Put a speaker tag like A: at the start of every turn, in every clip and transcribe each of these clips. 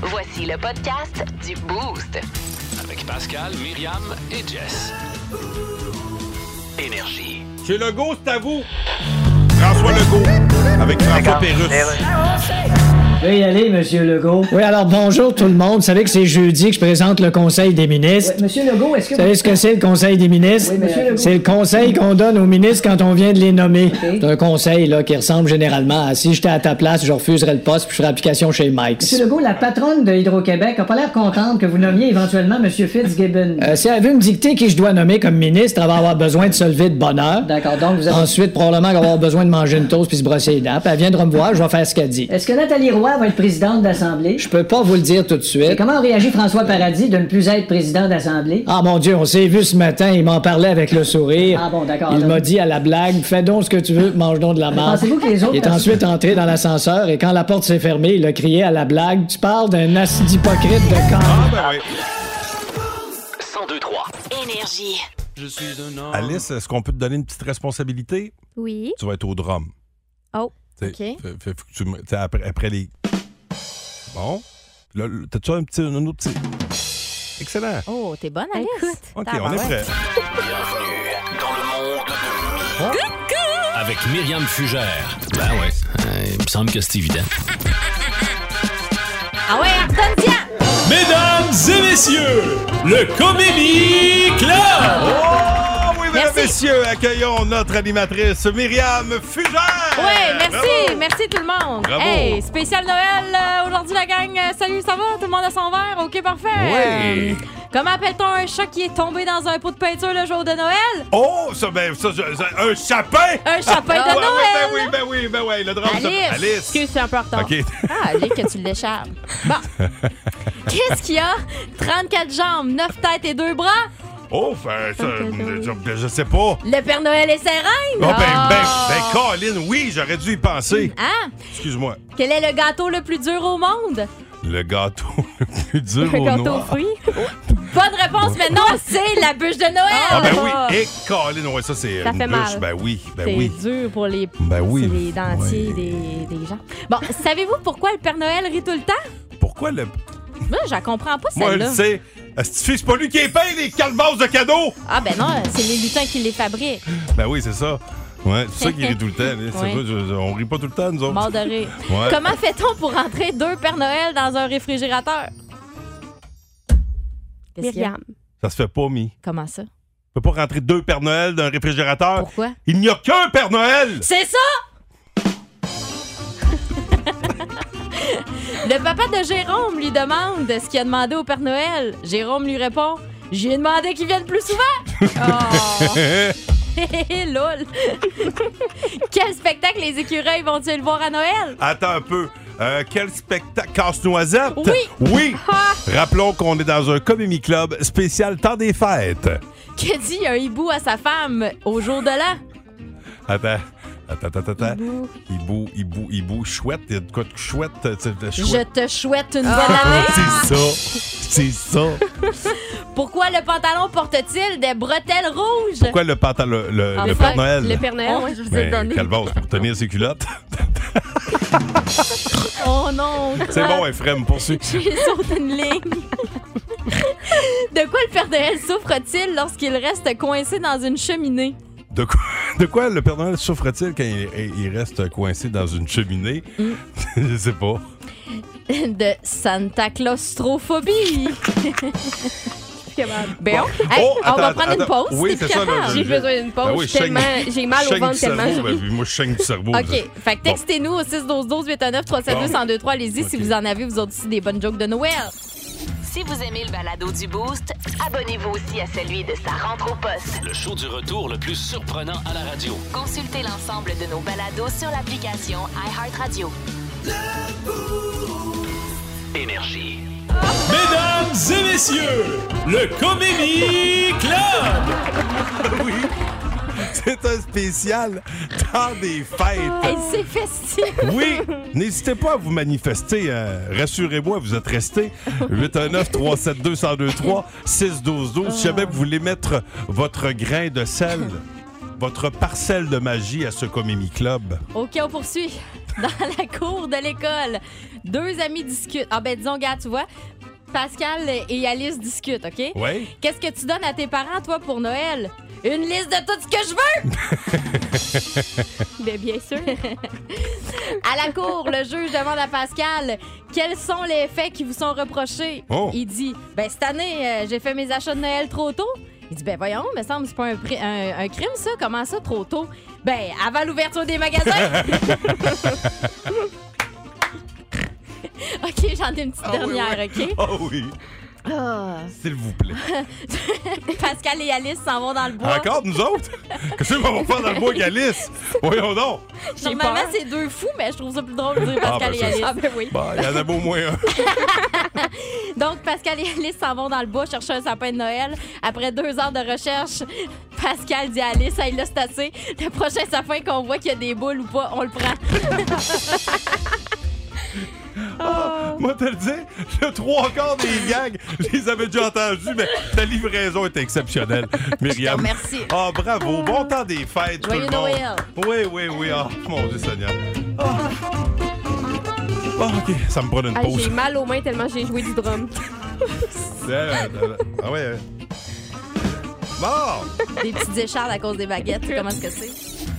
A: Voici le podcast du Boost.
B: Avec Pascal, Myriam et Jess. Énergie.
C: Chez Legault, c'est à vous. François Legault, avec François Pérusse.
D: Veuillez aller, Monsieur Legault.
E: Oui, alors bonjour tout le monde. Vous savez que c'est jeudi que je présente le Conseil des ministres.
D: Euh, Monsieur Legault, est-ce que
E: Vous savez ce que c'est le Conseil des ministres?
D: Oui, monsieur Legault.
E: c'est le conseil qu'on donne aux ministres quand on vient de les nommer. C'est un conseil là, qui ressemble généralement à si j'étais à ta place, je refuserais le poste puis je ferais application chez Mike.
D: Monsieur Legault, la patronne de Hydro-Québec a pas l'air contente que vous nommiez éventuellement Monsieur Fitzgibbon.
E: Euh, si elle veut me dicter qui je dois nommer comme ministre, elle va avoir besoin de se lever de bonne heure.
D: D'accord, donc vous avez...
E: Ensuite, probablement qu'elle va avoir besoin de manger une toast puis se brosser les dents. Puis elle viendra me voir, je vais faire ce qu'elle dit.
D: Est-ce que Nathalie Roy va être présidente d'Assemblée?
E: Je peux pas vous le dire tout de
D: Et
E: suite.
D: comment réagit François Paradis de ne plus être président d'Assemblée?
E: Ah mon Dieu, on s'est vu ce matin, il m'en parlait avec le sourire.
D: Ah bon, d'accord,
E: Il
D: donc.
E: m'a dit à la blague, fais donc ce que tu veux, mange donc de la marde.
D: Pensez-vous que les autres
E: Il est
D: personnes-
E: ensuite entré dans l'ascenseur et quand la porte s'est fermée, il a crié à la blague, tu parles d'un acide hypocrite de camp.
C: Ah, ben oui.
B: 1023.
A: Énergie.
C: Alice, est-ce qu'on peut te donner une petite responsabilité?
F: Oui.
C: Tu vas être au drum.
F: Oh,
C: T'sais,
F: OK.
C: fait- fait- faut que tu me- t'sais, après, après les. Bon. Là, le- t'as-tu un petit. Un autre petit. Excellent.
F: Oh, t'es bonne, Alice.
C: OK,
F: Ah,
C: on
F: bah
C: est
F: ouais.
C: prêt.
B: Ah! Avec Myriam Fugère. Ben ouais. Euh, il me semble que c'est évident.
F: Ah ouais, Arton,
G: Mesdames et messieurs, le Comédie Club!
C: Oh, oui, mesdames,
F: Merci.
C: messieurs, accueillons notre animatrice Myriam Fugère.
F: Ouais, merci,
C: Bravo.
F: merci tout le monde.
C: Bravo.
F: Hey, spécial Noël euh, aujourd'hui, la gang. Euh, Salut, ça va? Tout le monde a son verre? OK, parfait.
C: Ouais.
F: Euh, comment appelle-t-on un chat qui est tombé dans un pot de peinture le jour de Noël?
C: Oh, ça, ben, ça, je- ça- un chapin.
F: Un chapin
C: Ah,
F: de
C: ouais,
F: Noël.
C: ouais, Ben oui, ben oui, ben oui, le drame. ça-
F: Alice.
C: Alice.
F: Excuse, je suis un peu en retard.
C: OK.
F: Ah, lui, que tu l'échappes. Bon. Qu'est-ce qu'il y a? 34 jambes, 9 têtes et 2 bras.
C: Oh, ben, ça, je, je sais pas. Oh,
F: Le Père Noël et ses reines.
C: ben, ben, ben,
F: Ah.
C: Colin, oui, j'aurais dû y penser.
F: Hein?
C: Excuse-moi.
F: Quel est le gâteau le plus dur au monde?
C: Le gâteau le plus dur
F: Le
C: au
F: gâteau aux
C: noir.
F: fruits? Bonne réponse, mais non, c'est la bûche de Noël!
C: Ah, ben oui. Et Colin, ouais, ça, c'est
F: Ça
C: une
F: fait
C: bûche.
F: mal.
C: Ben oui, ben
F: C'est
C: oui.
F: dur pour les,
C: Ben oui.
F: c'est les dentiers
C: Ouais.
F: des, des gens. Bon, savez-vous pourquoi le Père Noël rit tout le temps?
C: Pourquoi le.
F: Moi, je la comprends pas
C: Moi, je
F: celle-là.
C: le sais. Asti, C'est pas lui qui est peint les calebasses de cadeaux.
F: Ah ben non, c'est les lutins qui les fabriquent.
C: Ben oui, c'est ça. Ouais, c'est ça qui rit tout le temps. hein. C'est
F: Ouais.
C: vrai, je- je- on rit pas tout le temps, nous autres.
F: Mort de rire.
C: Ouais.
F: Comment fait-on pour entrer deux Pères Noël dans un réfrigérateur? Qu'est-ce qu'il y a?
H: Myriam.
C: Ça se fait pas, mi.
F: Comment ça?
C: On peut pas rentrer deux Père Noël dans un réfrigérateur.
F: Pourquoi?
C: Il n'y a qu'un Père Noël.
F: C'est ça! Le papa de Jérôme lui demande ce qu'il a demandé au Père Noël. Jérôme lui répond J'ai demandé qu'il vienne plus souvent. Oh. Hé, hé, hé, Lol. Quel spectacle les écureuils vont-ils voir à Noël?
C: Attends un peu. Euh, quel spectacle? Casse-noisette?
F: Oui.
C: Oui.
F: Ah!
C: Rappelons qu'on est dans un comédie club spécial temps des fêtes.
F: Que dit un hibou à sa femme au jour de l'an?
C: Attends. Attends, attends, attends. Hibou, hibou, hibou, chouette. Il y a de quoi de chouette? euh, tu sais, de
F: Je
C: chouette. Ah.
F: te souhaite une bonne année.
C: C'est ça. C'est ça.
F: Pourquoi le pantalon porte-t-il des bretelles rouges?
C: Pourquoi le pantalon, le,
F: Ah,
C: le
F: ça,
C: Père Noël?
H: Le Père Noël,
F: Oh,
H: ouais.
F: je vous
C: Ben,
F: ai donné.
C: Calvas, pour tenir ses culottes.
F: Oh non!
C: C'est bon, Ephraim, poursuit.
F: J'ai sauté une ligne. De quoi le Père Noël souffre-t-il lorsqu'il reste coincé dans une cheminée?
C: De quoi, de quoi le Père Noël souffre-t-il quand il, il reste coincé dans une cheminée? Je sais pas.
F: De Santa Claustrophobie. Ben, on- hey,
C: Oh,
F: on va
C: attends,
F: prendre une
C: attends.
F: pause.
C: Oui,
F: t'es-tu
C: c'est ça, là,
F: capable?
H: J'ai
C: Je-
H: besoin d'une pause.
C: Ben oui,
H: Je suis tellement-
C: chaîne-
H: J'ai mal au
C: Chaîne
H: ventre
C: du
H: tellement.
C: cerveau, ben, moi, je chaîne du cerveau.
F: OK. Fait que textez-nous au 612-12-819-372-1023. Allez-y si
C: Ok.
F: vous en avez, vous autres aussi, des bonnes jokes de Noël.
A: Si vous aimez le balado du Boost, abonnez-vous aussi à celui de sa rentre au poste.
B: Le show du retour le plus surprenant à la radio.
A: Consultez l'ensemble de nos balados sur l'application iHeartRadio.
B: Énergie.
G: et messieurs, le Comédie Club!
C: Oui. C'est un spécial temps des fêtes.
F: Hey, c'est festif.
C: Oui, n'hésitez pas à vous manifester. euh, Rassurez-moi, vous êtes restés. 819 372 1023 612 12 Si jamais vous voulez mettre votre grain de sel, votre parcelle de magie à ce Comémie Club.
F: OK, on poursuit. Dans la cour de l'école, deux amis discutent. Ah ben disons, gars, tu vois, Pascal et Alice discutent, OK?
C: Oui?
F: Qu'est-ce que tu donnes à tes parents, toi, pour Noël? Une liste de tout ce que je veux! Ben, bien sûr. à la cour, le juge demande à Pascal quels sont les faits qui vous sont reprochés.
C: Oh.
F: Il dit Ben, cette année, euh, j'ai fait mes achats de Noël trop tôt. Il dit Ben, voyons, me semble que c'est pas un, pri- un- un crime, ça. Comment ça, trop tôt? Ben, avant l'ouverture des magasins. OK, j'en ai une petite
C: Ah oui,
F: dernière, OK?
C: Oh oui,
F: Ah.
C: s'il vous plaît.
F: Pascal et Alice s'en vvont dans le bois.
C: Encore nous autres? Qu'est-ce qu'on va faire dans le bois Galice? Voyons donc.
F: Normalement, c'est deux fous, mais je trouve ça plus drôle de dire
C: Ah,
F: Pascal
C: ben,
F: et Alice.
C: c'est-
F: Ah, ben oui.
C: Bah, il y en a beau moins un.
F: Donc, Pascal et Alice s'en vont dans le bois chercher un sapin de Noël. Après deux heures de recherche, Pascal dit à Alice, hey, là, c'est assez. Le prochain sapin qu'on voit qu'il y a des boules ou pas, on le prend.
C: Moi, te le dire, le trois quarts des gags, je les avais déjà entendus, mais ta livraison est exceptionnelle, Myriam.
F: Merci.
C: Ah, bravo. Bon temps des fêtes,
F: Joyeux
C: tout le monde.
F: Noël.
C: Oui, oui, oui. Ah, mon Dieu Seigneur. Ah. Ah, OK. Ça me prend une
H: Ah, j'ai
C: pause.
H: mal aux mains tellement j'ai joué du drum.
C: Euh, euh, Ah, ouais. ouais. Bon.
F: Des petites échardes à cause des baguettes. Comment est-ce que c'est?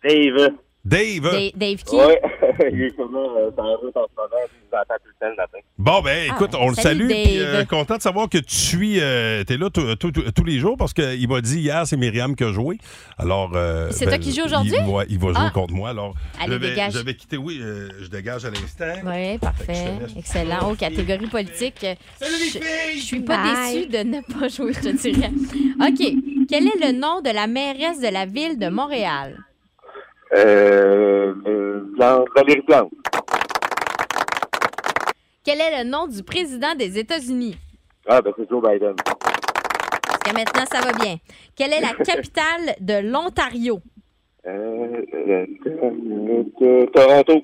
I: Dave.
C: Dave!
F: Dave, Dave qui?
I: Ouais, il est sûrement euh, sur la route en ce moment. puis Il nous entend tout le temps le matin.
C: Bon, ben
F: Ah,
C: écoute, on le
F: salut,
C: salue. puis,
F: Dave.
C: euh, content de savoir que tu suis, euh, t'es là tout- tout- tout- tous les jours parce qu'il m'a dit hier, c'est Myriam qui a joué. Alors. euh,
F: C'est toi qui joues aujourd'hui?
C: Il, ouais, il va jouer
F: Ah.
C: contre moi. Alors,
F: Allez,
C: je, vais,
F: dégage.
C: je vais quitter. Oui, euh, je dégage à l'instant.
F: Oui,
C: Fait
F: parfait.
C: que je te laisse.
F: Excellent. Oh, catégorie politique.
C: Salut les
F: euh, Je-
C: filles!
F: Je suis pas
H: Bye.
F: déçue de ne pas jouer, je te dirais. OK. Quel est le nom de la mairesse de la ville de Montréal?
I: Euh, euh, Blanc- Valérie Blanc.
F: Quel est le nom du président des États-Unis?
I: Ah, ben c'est Joe Biden.
F: Parce que maintenant, ça va bien. Quelle est la capitale de l'Ontario?
I: Euh, euh, euh, euh, Toronto.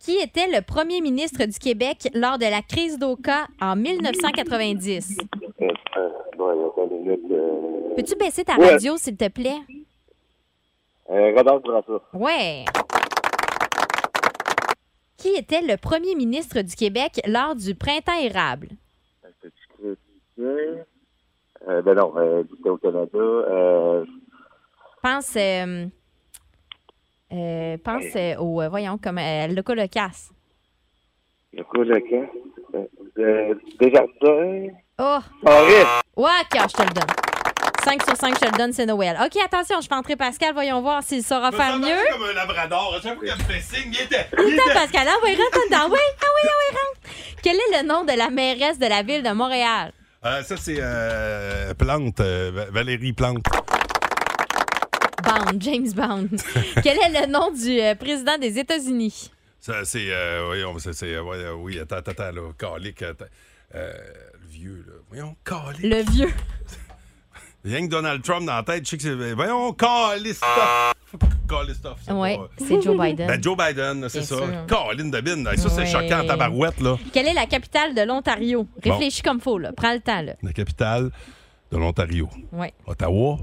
F: Qui était le premier ministre du Québec lors de la crise d'Oka en 1990?
I: Euh, euh, ouais, attends une minute. Euh,
F: Peux-tu baisser ta
I: Ouais.
F: radio, s'il te plaît?
I: euh, Robert Bourassa.
F: Ouais. Qui était le premier ministre du Québec lors du printemps érable?
I: Euh, ben non, euh, c'était au Canada. Euh,
F: Pense, euh, euh, pense euh, au, euh, voyons, comme euh, Loco Locas.
I: le coup de camp. Euh, euh, Desjardins.
F: Oh,
I: Henri.
F: ouais, ok, je te le donne. 5 sur 5, je te le donne, c'est Noël. OK, attention, je fais entrer Pascal, voyons voir s'il saura
C: Je me
F: faire
C: sens
F: mieux.
C: comme un labrador. À chaque fois qu'elle me fait signe, il était. il
F: Attends,
C: était-
F: Pascal, ah oui, rentre dedans. Oui, ah oui, ah oui, rentre. Quel est le nom de la mairesse de la ville de Montréal?
C: Euh, ça, c'est euh, Plante, euh, Va- Valérie Plante.
F: Bound, James Bound. Quel est le nom du euh, président des États-Unis?
C: Ça, c'est. euh, voyons, c'est. c'est, euh, ouais, euh, oui, attends, attends, attends, là. Calique, attends. Euh, le vieux, là. Voyons, calique.
F: Le vieux.
C: Rien que Donald Trump dans la tête, je sais que c'est. Voyons, Calistoff. Calistoff.
F: Ouais, c'est Joe Biden.
C: Ben, Joe Biden, c'est
F: Bien
C: ça.
F: sûr.
C: Colin de Bin. Ça, c'est
F: Ouais.
C: choquant en tabarouette, là.
F: Quelle est la capitale de l'Ontario?
C: Bon.
F: Réfléchis comme faut, là. Prends le temps, là.
C: La capitale de l'Ontario.
F: Ouais.
C: Ottawa.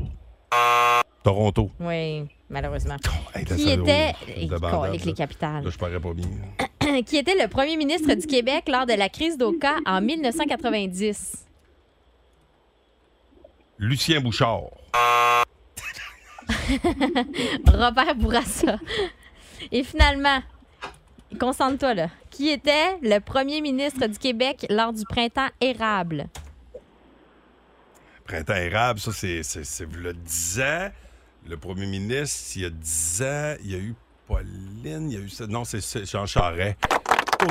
C: Toronto.
F: Oui, malheureusement.
C: Hey, là,
F: Qui
C: ça,
F: était.
C: oh,
F: Eh,
C: de bandade,
F: colique, les
C: là.
F: capitales.
C: Là, je parais pas bien.
F: qui était le premier ministre du Québec lors de la crise d'Oka en 1990.
C: Lucien Bouchard.
F: Robert Bourassa. Et finalement, concentre-toi là. Qui était le premier ministre du Québec lors du printemps érable?
C: Printemps érable, ça, c'est, c'est, c'est le 10 ans. Le premier ministre, il y a 10 ans, il y a eu Pauline, il y a eu ça. Non, c'est, c'est Jean Charest. Oh,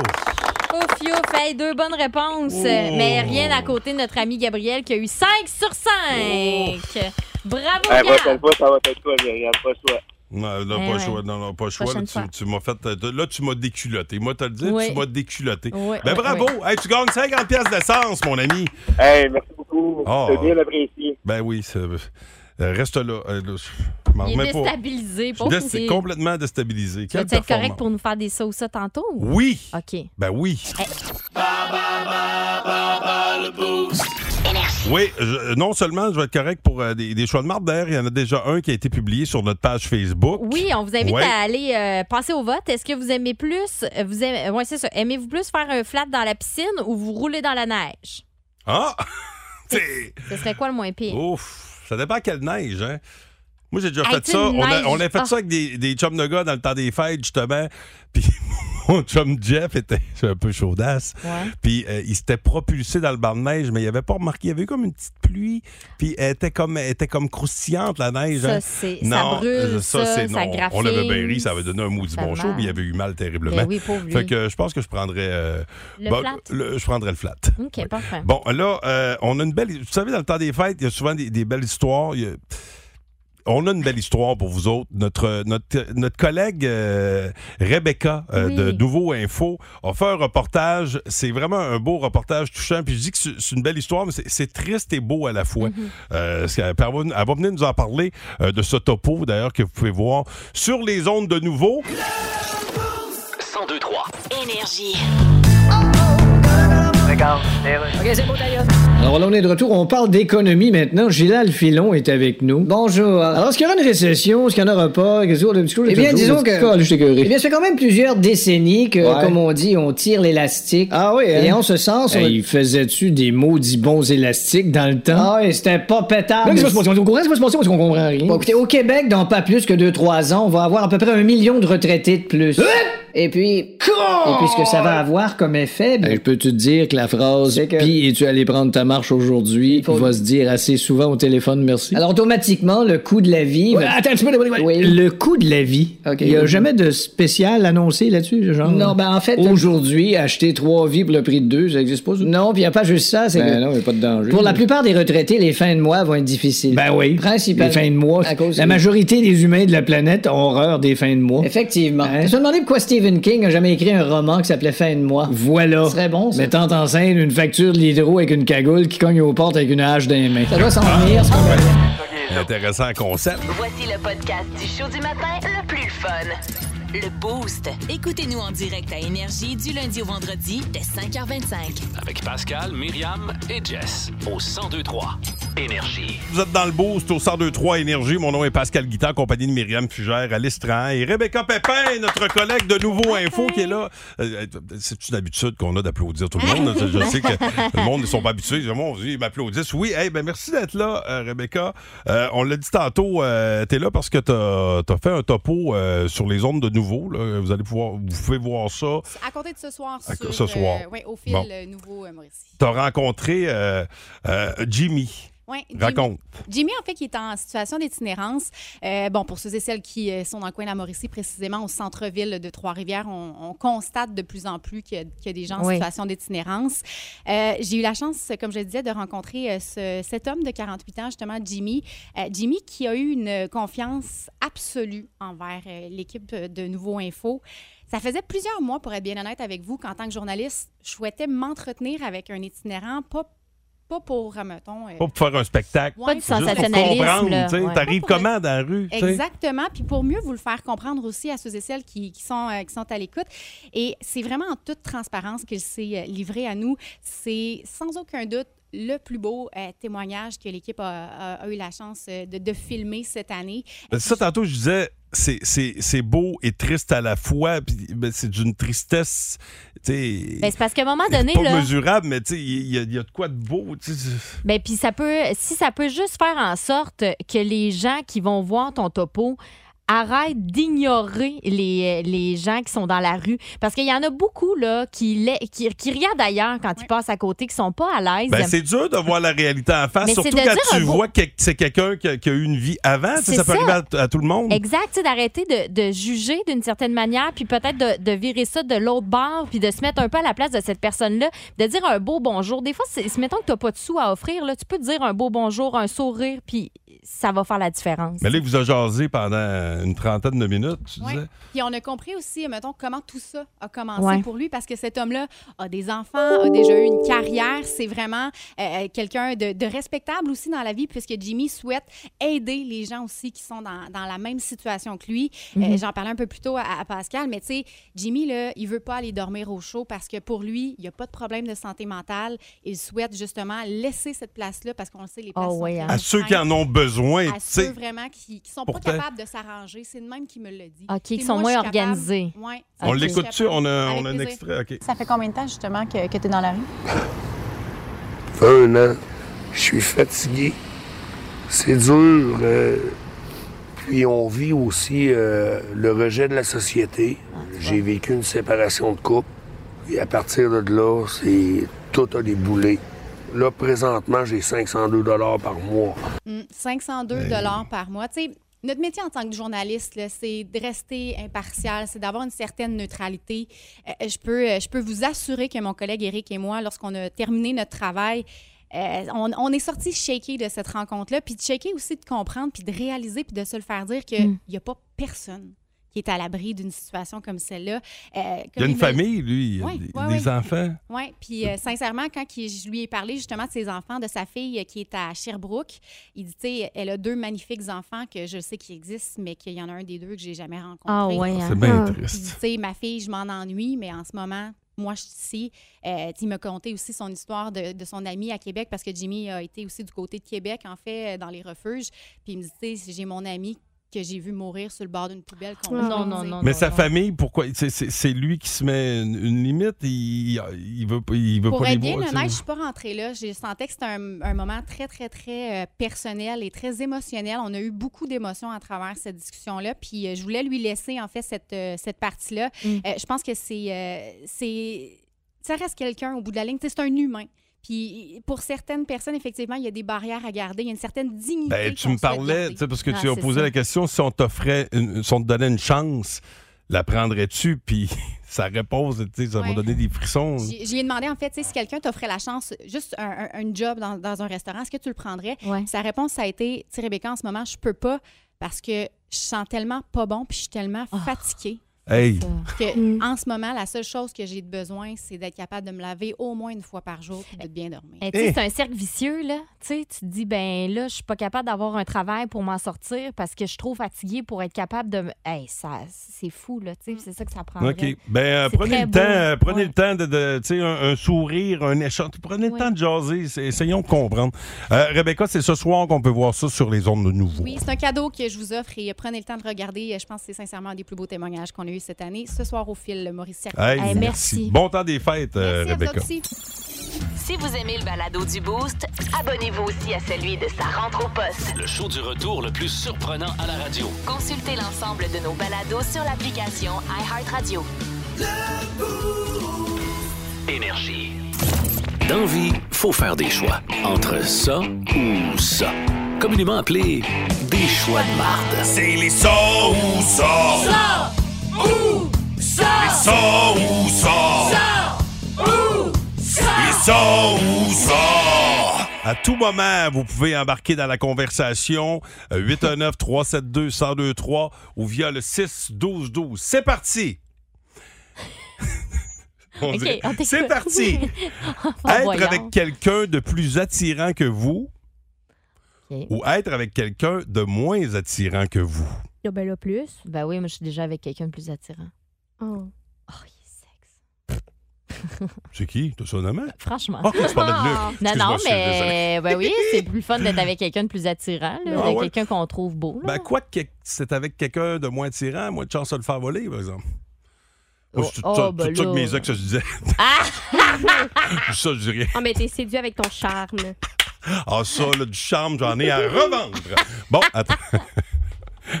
F: Ouf, ouf, hey, deux bonnes réponses.
C: Oh.
F: Mais rien à côté de notre ami Gabriel qui a eu 5 sur 5.
C: Oh.
F: Bravo,
I: Eh, va
F: Gab!
I: t'en pas, ça va être toi, Myriam, pas toi.
C: non, non,
F: Eh
C: pas le
F: ouais.
C: choix. Non, non, pas le choix. Là
F: Prochaine
C: tu,
F: fois.
C: tu m'as fait, euh, là, tu m'as déculotté. Moi, te le dis,
F: Oui.
C: tu m'as déculotté.
F: Oui,
C: ben,
F: oui,
C: bravo! Hey, tu gagnes 50 pièces d'essence, mon ami.
I: Hey, merci beaucoup.
C: Oh.
I: C'est bien apprécié.
C: Ben oui, c'est- euh, reste là. Euh, là, je m'en
F: Il
C: remets
F: est
C: pas.
F: déstabilisé.
C: Je suis
F: pauvre
C: dé-
F: petit.
C: complètement déstabilisé.
F: Tu
C: Quelle
F: vas être correct
C: performance.
F: pour nous faire des sauces ça tantôt?
C: Oui!
F: OK. Eh,
C: Ben oui. Oui, je- non seulement je vais être correct pour euh, des, des choix de marde, d'ailleurs, il y en a déjà un qui a été publié sur notre page Facebook.
F: Oui, on vous invite
C: Ouais.
F: à aller euh, passer au vote. Est-ce que vous aimez plus, euh, vous aimez, ouais, c'est ça. Aimez-vous plus faire un flat dans la piscine ou vous rouler dans la neige?
C: Ah! C'est-
F: Ce serait quoi le moins pire?
C: Oh. Ouf! Ça dépend quelle neige, hein? Moi, j'ai déjà
F: Hey,
C: fait
F: tu
C: ça.
F: sais, une
C: On a,
F: neige-
C: on a fait
F: Ah.
C: ça avec des, des chums de gars dans le temps des fêtes, justement. Puis mon chum Jeff était un peu chaudasse.
F: Ouais.
C: Puis euh, il s'était propulsé dans le banc de neige, mais il avait pas remarqué. Il y avait eu comme une petite pluie. Puis elle était comme, elle était comme croustillante, la neige. hein.
F: Ça, c'est, ça brûle, ça, ça,
C: c'est non. On l'avait bien ri,
F: graffine,
C: ça avait donné un maudit
F: ça
C: bon show,
F: marche.
C: puis il avait eu mal terriblement.
F: Ben oui, pauvre lui.
C: Fait que je pense que je prendrais. euh,
F: Le
C: bon,
F: flat?
C: le- je prendrais le flat.
F: OK, parfait.
C: Bon, là, euh, on a une belle. Vous savez, dans le temps des fêtes, il y a souvent des, des belles histoires. Il y a- On a une belle histoire pour vous autres. Notre, notre, notre collègue euh, Rebecca euh,
F: Oui.
C: de Nouveau Info a fait un reportage. C'est vraiment un beau reportage touchant. Puis je dis que c'est- c'est une belle histoire, mais c'est- c'est triste et beau à la fois. Euh, ce qu'elle- elle, va, elle va venir nous en parler euh, de ce topo, d'ailleurs, que vous pouvez voir sur les ondes de Nouveau.
A: 1023. Énergie.
E: Alors là, on est de retour. On parle d'économie maintenant. Gilal Filon est avec nous.
D: Bonjour.
E: Alors, est-ce qu'il y aura une récession? Est-ce qu'il n'y en aura pas? Qu'est-ce qu'on a de petit coup, j'ai
D: Eh bien,
E: toujours-
D: disons que-
E: Colle, je suis écoeuré.
D: Eh bien, ça fait quand même plusieurs décennies que,
E: Ouais.
D: comme on dit, on tire l'élastique.
E: Ah oui, hein?
D: Eh Et en ce sens,
E: Hey,
D: on-
E: il faisait-tu des maudits bons élastiques dans le temps?
D: Ah oui, c'était pas pétard.
E: Là, qu'est-ce qui va se passer? On est au courant, qu'est-ce qui va se passer? Parce qu'on comprend rien.
D: Bon, écoutez, au Québec, dans pas plus que 2-3 ans, on va avoir à peu près un million de retraités de plus.
E: Hein?
D: Et puis... Et puis, ce que ça va avoir comme effet... ben, bien,
E: Hey, je peux te dire que la phrase
D: C'est que-
E: Puis es-tu allé prendre ta marche aujourd'hui
D: Il faut-
E: va se dire assez souvent au téléphone merci.
D: Alors, automatiquement, le coût de la vie...
E: Ouais,
D: va-
E: attends un petit peu,
D: Oui.
E: le coût de la vie.
D: Ok.
E: Il n'y a jamais de spécial annoncé là-dessus, genre.
D: Non, ben en fait...
E: Aujourd'hui, acheter trois vies pour le prix de deux, ça n'existe pas. ça?
D: Non, puis il a pas juste ça, c'est que...
E: Ben non, il n'y a pas de danger.
D: Pour la plupart des retraités, les fins de mois vont être difficiles.
E: Ben oui.
D: Principalement.
E: Les fins de mois.
D: À cause
E: la
D: de-
E: majorité des humains de la planète ont horreur des fins de mois.
D: Effectivement.
E: Hein?
D: Je me suis demandé pourquoi Stephen King a jamais écrit un roman qui s'appelait Fin de mois.
E: Voilà.
D: Ce serait bon, ça.
E: Mettant en scène une facture de l'hydro avec une cagoule qui cogne aux portes avec une hache dans les mains.
D: Ça doit s'en venir, ce qu'on va dire.
C: Intéressant concept.
A: Voici le podcast du show du matin le plus fun. Le Boost. Écoutez-nous en direct à Énergie du lundi au vendredi dès 5h25.
B: Avec Pascal, Myriam et Jess au 1023 Énergie.
C: Vous êtes dans le boost au 1023 Énergie. Mon nom est Pascal Guittard, en compagnie de Myriam Fugère, Alice Trahan et Rebecca Pépin, notre collègue de Nouveau Info qui est là. Euh, euh, C'est une habitude qu'on a d'applaudir tout le monde. je, je sais que le monde ne sont pas habitués. Ils disent, Mon Dieu, ils m'applaudissent. Oui, eh ben merci d'être là, euh, Rebecca. Euh, on l'a dit tantôt, tu es là parce que tu as, fait un topo euh, sur les ondes de Nouveau. là. Vous allez pouvoir, vous pouvez voir ça.
J: À compter de ce soir,
C: À-
J: sur,
C: ce soir.
J: euh, ouais, au fil
C: Bon.
J: euh, nouveau euh, Mauricie.
C: Tu as rencontré euh, euh, Jimmy.
J: Ouais, Jimmy-
C: Raconte.
J: Jimmy, en fait, qui est en situation d'itinérance. Euh, bon, pour ceux et celles qui euh, sont dans le coin de la Mauricie, précisément au centre-ville de Trois-Rivières, on, on constate de plus en plus qu'il y a, qu'il y a des gens en
F: Oui.
J: situation d'itinérance. Euh, J'ai eu la chance, comme je le disais, de rencontrer euh, ce- cet homme de 48 ans, justement, Jimmy. Euh, Jimmy qui a eu une confiance absolue envers euh, l'équipe de Nouveau Info. Ça faisait plusieurs mois, pour être bien honnête avec vous, qu'en tant que journaliste, je souhaitais m'entretenir avec un itinérant, pas, pas pour, euh, mettons... euh,
C: Pas pour faire un spectacle.
J: Ouais, Pas de
C: Juste pour
J: sensationnalisme,
C: comprendre,
J: là,
C: tu sais.
J: ouais.
C: T'arrives comment dans la rue? tu sais?
J: Exactement. Puis pour mieux vous le faire comprendre aussi à ceux et celles qui, qui sont, euh, qui sont à l'écoute. Et c'est vraiment en toute transparence qu'il s'est euh, livré à nous. C'est sans aucun doute le plus beau euh, témoignage que l'équipe a, a- a eu la chance euh, de, de filmer cette année.
C: Ben, c'est ça, tantôt, je disais, c'est, c'est, c'est beau et triste à la fois. puis, ben, c'est d'une tristesse, tu sais,
F: Ben, c'est parce qu'à un moment donné,
C: pas
F: là.
C: mesurable, mais tu sais, il y, a- il y a de quoi de beau. tu sais.
F: Ben, puis ça peut, si ça peut juste faire en sorte que les gens qui vont voir ton topo arrêtent d'ignorer les, euh, les gens qui sont dans la rue. Parce qu'il y en a beaucoup là, qui, la- qui, qui regardent ailleurs quand ils passent à côté, qui sont pas à l'aise.
C: Ben, c'est dur de voir la réalité en face,
F: Mais c'est
C: surtout
F: de
C: quand
F: dire un
C: tu
F: beau-
C: vois que c'est quelqu'un qui a, qui a eu une vie avant. tu sais,
F: C'est
C: Ça peut
F: ça.
C: arriver à, à tout le monde.
F: Exact, tu sais, d'arrêter de, de juger d'une certaine manière, puis peut-être de, de virer ça de l'autre bord, puis de se mettre un peu à la place de cette personne-là, de dire un beau bonjour. Des fois, c'est- c'est- mettons que tu n'as pas de sous à offrir, là, tu peux te dire un beau bonjour, un sourire, puis ça va faire la différence.
C: Mais là, il vous a jasé pendant une trentaine de minutes, tu
J: Ouais.
C: disais.
J: Puis on a compris aussi, mettons, comment tout ça a commencé
C: Ouais.
J: pour lui, parce que cet homme-là a des enfants, a déjà eu une carrière. C'est vraiment euh, quelqu'un de, de respectable aussi dans la vie, puisque Jimmy souhaite aider les gens aussi qui sont dans, dans la même situation que lui. Euh,
F: Mhm.
J: J'en parlais un peu plus tôt à, à Pascal, mais tu sais, Jimmy, là, il veut pas aller dormir au chaud parce que pour lui, il n'y a pas de problème de santé mentale. Il souhaite justement laisser cette place-là, parce qu'on le sait, les
G: Oh,
F: Oh,
J: places sont
F: hein.
J: très
C: À ceux qui en
J: restreintes
C: ont besoin, tu
J: à
C: sais.
J: ceux vraiment qui, qui sont
C: Pourtant.
J: pas capables de s'arranger. C'est le même qui me l'a dit.
F: OK, qui
J: Puis
F: sont
J: moi,
F: moins
J: je suis capable.
F: organisés.
J: Ouais.
C: On
J: Ok.
C: l'écoute-tu? On a,
J: Avec
C: on a un
J: plaisir.
C: extrait. OK.
J: Ça fait combien de temps, justement, que, tu es dans la rue?
K: un an. Je suis fatigué. C'est dur. euh, puis on vit aussi euh, le rejet de la société. J'ai vécu une séparation de couple. Et à partir de là, c'est tout a déboulé. Là, présentement, j'ai 502 par mois.
J: Mm, 502
C: Ben
J: par mois. Tu sais, notre métier en tant que journaliste, là, c'est de rester impartial, c'est d'avoir une certaine neutralité. Euh, je, peux, euh, je peux vous assurer que mon collègue Eric et moi, lorsqu'on a terminé notre travail, euh, on, on est sorti shaky de cette rencontre-là, puis de shaky aussi de comprendre, puis de réaliser, puis de se le faire dire qu'il
F: Mm.
J: n'y a pas personne qui est à l'abri d'une situation comme celle-là. Euh,
C: Il y a
J: comme
C: une
J: me-
C: famille, lui. Il y a
J: Ouais,
C: des-
J: ouais,
C: des
J: ouais.
C: enfants.
J: Oui, puis euh, sincèrement, quand qu'il- je lui ai parlé justement de ses enfants, de sa fille euh, qui est à Sherbrooke, il dit, tu sais, elle a deux magnifiques enfants que je sais qui existent, mais qu'il y en a un des deux que j'ai jamais rencontré.
F: Ah ouais, hein.
C: C'est bien
F: Ah.
C: triste.
J: Il dit, tu sais, ma fille, je m'en ennuie, mais en ce moment, moi, je suis ici. Euh, tu sais, il m'a conté aussi son histoire de, de son ami à Québec, parce que Jimmy a été aussi du côté de Québec, en fait, euh, dans les refuges. Puis il me dit, tu sais, j'ai mon ami que j'ai vu mourir sur le bord d'une poubelle. qu'on
F: Ah. Non,
J: tu
F: non,
J: sais.
F: non,
C: Mais sa famille, pourquoi c'est- C'est c'est lui qui se met une, une limite. Il, il veut, pas- il veut
J: Pour
C: pas les
J: être bien
C: voir. tu sais.
J: honnête, je suis pas rentrée là. Je sentais que c'était un, un moment très, très, très euh, personnel et très émotionnel. On a eu beaucoup d'émotions à travers cette discussion-là. Puis euh, je voulais lui laisser, en fait, cette, euh, cette partie-là.
C: Mm.
J: Euh, je pense que c'est. euh, c'est- ça reste quelqu'un au bout de la ligne. Tu sais, C'est un humain. Puis pour certaines personnes, effectivement, il y a des barrières à garder. Il y a une certaine dignité.
C: Ben, tu
J: qu'on
C: me
J: souhaite
C: parlais,
J: garder.
C: tu sais, parce que
J: Ah,
C: tu as
J: c'est
C: posé
J: ça.
C: la question si on t'offrait, une- si on te donnait une chance, la prendrais-tu? Puis sa réponse, tu sais, ça m'a
J: Ouais.
C: donné des frissons.
J: J'ai- Je lui ai demandé, en fait, tu sais, si quelqu'un t'offrait la chance, juste un, un- un job dans, dans un restaurant, est-ce que tu le prendrais? Sa réponse, ça a été, tu sais, Rebecca, en ce moment, je peux pas parce que je sens tellement pas bon puis je suis tellement
F: Ah.
J: fatiguée.
C: Hey,
J: Que
F: Mm.
J: En ce moment, la seule chose que j'ai de besoin, c'est d'être capable de me laver au moins une fois par jour puis de bien dormir.
F: Eh, tu sais, C'est un cercle vicieux, là. Tu sais, tu te dis, ben là, je suis pas capable d'avoir un travail pour m'en sortir parce que je suis trop fatiguée pour être capable de. me- Hey, ça, c'est fou, là. Tu sais, c'est ça que ça prend.
C: OK. Ben, euh,
F: C'est
C: prenez
F: très
C: le
F: beau.
C: temps, euh, prenez le temps de, de- tu sais, un, un sourire, un échange. Prenez le temps de jaser. c'est- Essayons de comprendre. Euh, Rebecca, c'est ce soir qu'on peut voir ça sur les ondes de nouveau.
J: Oui, c'est un cadeau que je vous offre et euh, prenez le temps de regarder. Euh, Je pense que c'est sincèrement un des plus beaux témoignages qu'on a eu cette année. Ce soir au fil, le Maurice Circuit.
F: Eh,
C: Hey, Bon temps des fêtes, euh,
J: Merci à vous
C: Rebecca.
J: autres aussi.
A: Si vous aimez le balado du Boost, abonnez-vous aussi à celui de sa rentre au poste.
B: Le show du retour le plus surprenant à la radio.
A: Consultez l'ensemble de nos balados sur l'application iHeartRadio.
B: Énergie. Dans vie, faut faire des choix. Entre ça ou ça. Communément appelé des choix de marde. C'est les ça ou
G: Ça ou ça.
B: ça ou
G: Ça ou ça.
C: À tout moment, vous pouvez embarquer dans la conversation euh, 819 372 1023 ou via le 6 12 12. C'est parti. On dirait.
F: OK, on t'écoute. Oh,
C: C'est parti.
F: En
C: être
F: voyant.
C: avec quelqu'un de plus attirant que vous ou être avec quelqu'un de moins attirant que vous.
F: Ah ben là, plus. Ben oui, moi, je suis déjà avec quelqu'un de plus attirant. Oh.
C: C'est qui? Ah, T'as son nom?
F: Franchement.
C: Ok, tu parlais de Luc.
F: Non, non,
C: Excuse-moi, je suis
F: mais ben oui, c'est plus fun d'être avec quelqu'un de plus attirant, là,
C: Ah
F: de
C: ouais.
F: quelqu'un qu'on trouve beau. là.
C: Ben, quoi que c'est avec quelqu'un de moins attirant, moins de chance de le faire voler, par exemple. Moi, c'est tout,
H: Oh,
C: ça,
H: oh, ben
C: tout ça que
H: là.
C: mes ex, je disais. Ah! ça, je dirais.
H: Ah, mais t'es séduit avec ton charme.
C: Ah, ça, là, du charme, j'en ai à revendre. Bon, att-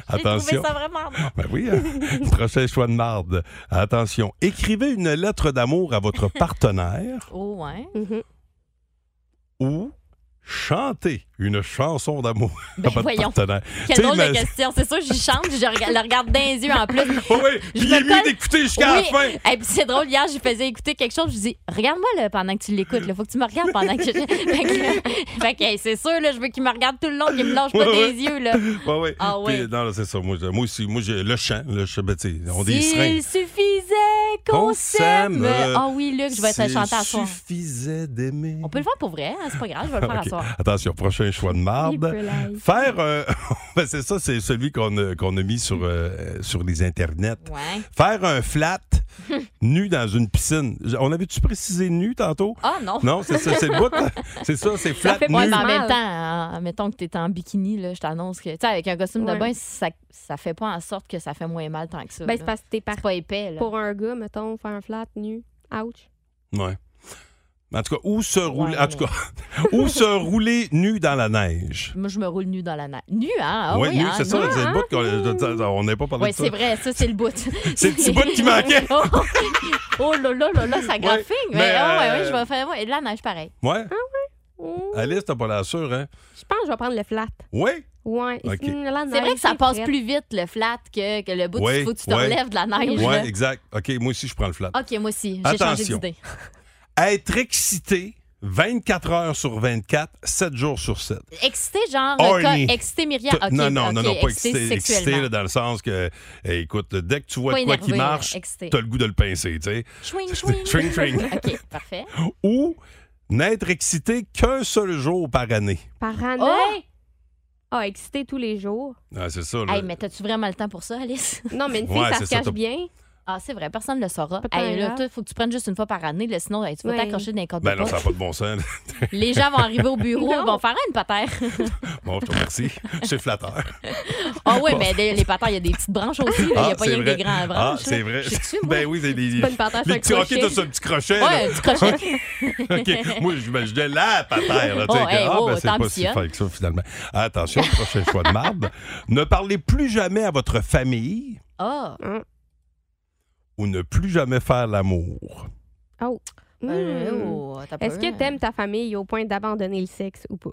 C: attention.
F: vraiment
C: Ben oui, hein. prochain choix de marde. Attention. Écrivez une lettre d'amour à votre partenaire
F: Oh, ouais.
H: Mm-hmm.
C: ou chantez une chanson d'amour à votre
F: Ben, voyons.
C: partenaire.
F: Quelle
C: T'sais,
F: drôle de
C: imagine-
F: question. C'est sûr, j'y chante, je rega- le regarde dans les yeux en plus.
C: oui,
F: je
C: puis il
F: me
C: est mieux
F: colle-
C: d'écouter jusqu'à la
F: Oui.
C: fin.
F: Et puis c'est drôle, hier, je faisais écouter quelque chose, je dis Regarde-moi là, pendant que tu l'écoutes, il faut que tu me regardes pendant que je. fait que, fait que, hey, c'est sûr, là, je veux qu'il me regarde tout le long, qu'il me lâche pas
C: Ouais, ouais.
F: des yeux. Là.
C: Ouais, ouais.
F: Ah
C: Puis,
F: ouais.
C: non, là, c'est ça. Moi, je- moi aussi, moi, j'ai le chant. Le chant ben, tu sais, on est des seringues.
F: S'il suffisait qu'on
C: Qu'on s'aime.
F: s'aime. Ah oui, Luc, je vais être
C: S'il
F: chanteur à soir.
C: suffisait d'aimer.
F: On peut le faire pour vrai, hein, c'est pas grave, je vais le faire
C: Ok.
F: à soir.
C: Attention, prochain choix de marde.
F: Hippolyte.
C: Faire. euh, ben, c'est ça, c'est celui qu'on a, qu'on a mis sur, euh, sur les internets.
F: Ouais.
C: Faire un flat nu dans une piscine. Je- On avait-tu précisé nu tantôt?
F: Ah non.
C: Non, c'est ça, c'est le bout. hein. C'est ça, c'est flat nu.
F: Ouais, mais en même temps, hein, mettons que t'es en bikini, là, je t'annonce que, tu sais, avec un costume de
H: Ouais.
F: bain, ça, ça fait pas en sorte que ça fait moins mal tant que ça.
H: Ben,
F: là.
H: c'est parce que t'es par...
F: pas épais, là.
H: Pour un gars, mettons, faire un flat nu. Ouch.
C: Ouais. En tout cas, où se rouler, en tout cas, où se rouler nu dans la neige.
F: Moi, je me roule nu dans la neige. Nu, hein? Ah
C: Ouais,
F: oui,
C: nu,
F: hein,
C: c'est ça,
F: nu,
C: c'est le
F: hein?
C: bout qu'on on n'a pas parlé
F: Oui,
C: de ça.
F: c'est vrai, ça, c'est le bout.
C: C'est le petit bout qui manquait.
F: oh, oh là là là là, ça graphique. mais
C: mais,
F: oh, ouais,
C: euh,
F: ouais, je vais faire. Ouais, et de la neige, pareil.
C: Ouais? Alice, t'as pas la sûre, hein?
H: Je pense que je vais prendre le flat.
C: Ouais?
H: Ouais.
C: Ok.
H: Mm, la
F: C'est vrai
H: neige,
F: que ça
H: c'est
F: passe
H: frette.
F: plus vite, le flat, que, que le bout.
C: Ouais,
F: Il faut que tu te
C: ouais.
F: relèves de la neige.
C: Ouais,
F: là.
C: exact. OK, moi aussi, je prends le flat.
F: OK, moi aussi, j'ai changé
C: Attention.
F: d'idée.
C: Être excité 24 heures sur 24, 7 jours sur 7.
F: Excité, genre,
C: Horny.
F: co- excité Myriam.
C: T-
F: OK,
C: non, non,
F: OK,
C: non, non, pas
F: excité
C: excité. Excité
F: sexuellement.
C: là, dans le sens que, eh, écoute, dès que tu vois
F: Pas
C: de quoi qui
F: énervé, là,
C: marche,
F: excité.
C: t'as le goût de le pincer, tu sais.
F: Chouing, chouing.
C: Chouing, chouing.
F: OK, parfait.
C: Ou n'être excité qu'un seul jour par année.
H: Par année.
F: Oh,
H: Ah, excité tous les jours.
C: Ah, c'est ça, là.
F: Hey, mais t'as-tu vraiment le temps pour ça, Alice?
H: Non, mais une
C: fille, Ouais, ça c'est se ça, cache t'as-
H: bien.
F: Ah, c'est vrai, personne ne le saura.
H: tant
F: Hey, là,
H: grave.
F: toi, faut que tu prennes juste une fois par année, là, sinon hey, tu vas
H: Ouais.
F: t'accrocher dans les comptes
C: Ben
F: de
C: non, ça n'a
F: poche.
C: pas de bon sens. là.
F: Les gens vont arriver au bureau,
H: Non.
F: ils vont faire Ah, une patère.
C: Bon, je te remercie. C'est flatteur.
F: Ah
C: Bon.
F: oui,
C: Ah,
F: mais les les patères, il y a des petites branches aussi. là. Il n'y a pas
C: c'est
F: rien que
C: vrai.
F: des grandes branches.
C: Ah,
F: là.
C: c'est vrai.
F: Je suis dessus, moi.
C: Ben oui, c'est des.
F: pas une patate,
C: les
F: c'est un
C: petits-
F: crochet.
C: Ok, t'as un petit crochet.
F: Ouais,
C: là.
F: un petit crochet.
C: OK. Moi, j'imaginais la patère. Là,
F: Oh,
C: tu sais, que,
F: hey,
C: ah,
F: oh,
C: ben, c'est pas si
F: t'ambitionnes.
C: fin que ça, finalement. Attention, prochain choix de marde. Ne parlez plus jamais à votre famille
F: Ah.
C: ou ne plus jamais faire l'amour.
H: Oh. Mm.
F: Euh, oh, attends un peu,
H: Est-ce que t'aimes ta famille au point d'abandonner le sexe ou pas?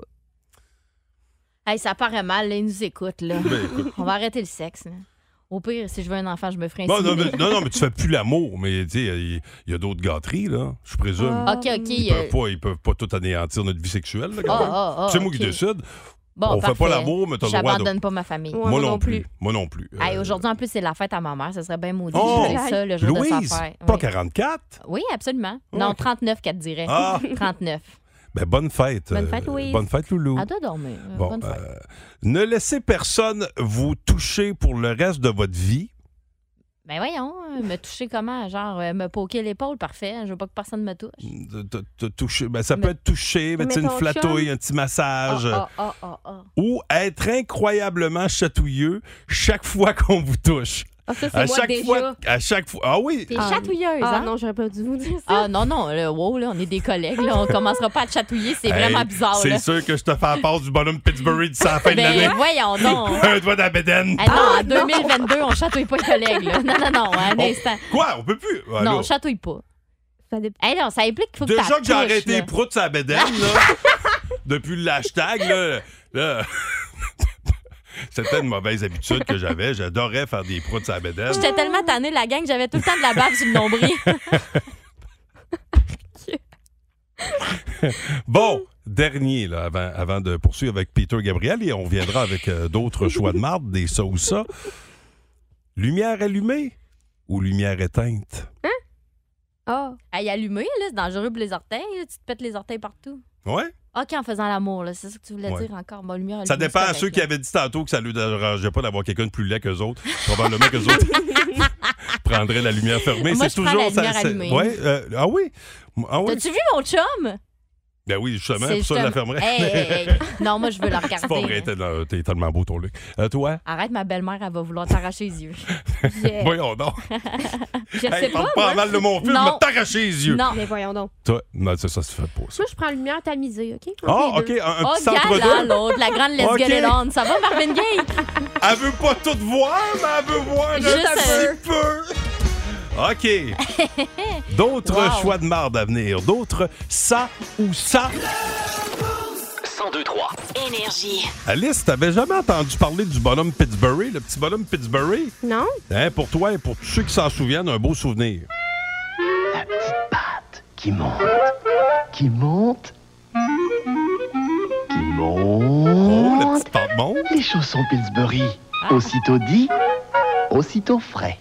F: Hey, ça paraît mal, là, ils nous écoutent. Là.
C: Ben, écoute.
F: On va arrêter le sexe. là. Au pire, si je veux un enfant, je me ferai un
C: Bon, non, mais, non, non, mais tu fais plus l'amour, mais tu sais, il y- il y a d'autres gâteries, là, je présume.
F: Ah, OK, OK,
C: Ils peuvent,
F: euh,
C: pas, ils peuvent pas tout anéantir notre vie sexuelle, là, quand
F: Ah,
C: même.
F: ah, ah,
C: c'est moi
F: OK.
C: qui décide.
F: Bon,
C: On fait
F: parfait.
C: pas l'amour, mais t'as le droit de-
F: J'abandonne pas ma famille.
C: moi non plus. Moi non plus. Euh,
F: Hey, Aujourd'hui, en plus, c'est la fête à ma mère. Ça serait bien maudit.
C: Oh!
F: de faire ça le jour de
C: Louise,
F: sa fête.
C: pas
F: Oui.
C: 44.
F: Oui, absolument. Non, 39 qu'elle te dirait.
C: Ah!
F: 39.
C: Ben, bonne fête.
F: Bonne fête,
C: euh,
F: Louise.
C: Bonne fête, Loulou.
F: Elle doit dormir. Euh,
C: Bon,
F: bonne fête.
C: euh, ne laissez personne vous toucher pour le reste de votre vie.
F: Ben voyons, euh, me toucher comment? Genre, euh, me poquer l'épaule, parfait. hein, Je veux pas que personne me touche.
C: De- de- de toucher- ben, ça peut être touché, mais
F: mais
C: tu sais, une
F: ton
C: flatouille,
F: chum-
C: un petit massage.
F: Ah, ah, ah, ah,
C: Ou être incroyablement chatouilleux chaque fois qu'on vous touche.
H: Ah, ça, c'est
C: à
H: moi
C: chaque
H: déjà.
C: fois. À chaque fois. Ah oui.
F: ah. Chatouilleuse,
H: Ah
F: hein?
H: non, j'aurais pas dû vous dire ça.
F: Ah non, non, là, wow, là, on est des collègues, là, on commencera pas à te chatouiller, c'est vraiment
C: Hey,
F: bizarre. là.
C: C'est sûr que je te fais la passe du bonhomme Pittsburgh d'ici la fin de
F: Ben,
C: l'année.
F: voyons donc.
C: un doigt dans la bédaine.
F: Ah, non, en 2022, on chatouille pas les collègues. là. Non, non, non, un instant.
C: Oh, Quoi? On peut plus. Ah,
F: non,
C: là.
F: on chatouille pas. Hey, non, ça implique qu'il faut que
C: Déjà
F: t'as
C: que j'ai
F: touches,
C: arrêté
F: là.
C: les proutes sur la bédaine, là, depuis l'hashtag, là, là, c'était une mauvaise habitude que j'avais. J'adorais faire des proutes sur la bédaine.
F: J'étais tellement tannée, la gang, j'avais tout le temps de la bave sur le nombril.
C: Bon, dernier, là, avant, avant de poursuivre avec Peter Gabriel, et on viendra avec euh, d'autres choix de marde, des ça ou ça. Lumière allumée ou lumière éteinte?
F: Ah. Hey, allumé, là, c'est dangereux pour les orteils. là. Tu te pètes les orteils partout.
C: Ouais.
F: OK, en faisant l'amour, là. C'est ça que tu voulais
C: Ouais.
F: dire encore. Bon, Ah, lumière,
C: Ça
F: allumée,
C: dépend
F: c'est
C: à ceux
F: correct,
C: qui
F: là.
C: avaient dit tantôt que ça ne dérangeait pas d'avoir quelqu'un de plus laid qu'eux autres. Probablement qu'eux autres prendraient la lumière fermée.
F: Moi,
C: c'est
F: je prends la
C: toujours ça-
F: lumière
C: c'est-
F: allumée.
C: Ouais, euh, ah oui. Ah oui.
F: T'as-tu vu mon chum?
C: Ben oui, justement,
F: C'est
C: pour ça, je la
F: justement-
C: fermerais.
F: Hey, hey, hey. Non, moi, je veux la regarder.
C: C'est pas vrai, t'es, euh, t'es tellement beau, ton Luc. Euh, toi?
F: Arrête, ma belle-mère, elle va vouloir t'arracher les yeux. Yeah.
C: Voyons donc.
F: Je
C: Hey,
F: sais
C: parle
F: pas.
C: pas
F: moi.
C: mal de mon film,
F: Non.
C: m'a t'arracher les yeux.
F: Non.
H: Mais voyons donc.
C: Toi, non, c'est ça, c'est fait pour ça.
H: Moi, je prends la lumière tamisée, OK?
C: Ah,
H: Entre les
C: OK, un- un
H: deux.
C: petit entre-deux.
F: Ah, l'autre, la grande
C: Ok.
F: lesbienne Ça va, Marvin Gaye?
C: Elle veut pas tout voir, mais elle veut voir
F: Juste
C: un
F: un
C: petit peu. OK. D'autres
B: Wow.
C: choix de marde à venir. D'autres ça ou ça.
B: 1023.
A: Énergie.
C: Alice, t'avais jamais entendu parler du bonhomme Pittsburgh, le petit bonhomme Pittsburgh?
H: Non?
C: Hein, pour toi et pour tous ceux qui s'en souviennent, un beau souvenir.
G: La petite patte
C: Qui monte.
G: qui monte.
B: Qui monte.
C: Oh, la petite patte monte.
B: Les chaussons Pillsbury. Aussitôt dit, aussitôt frais.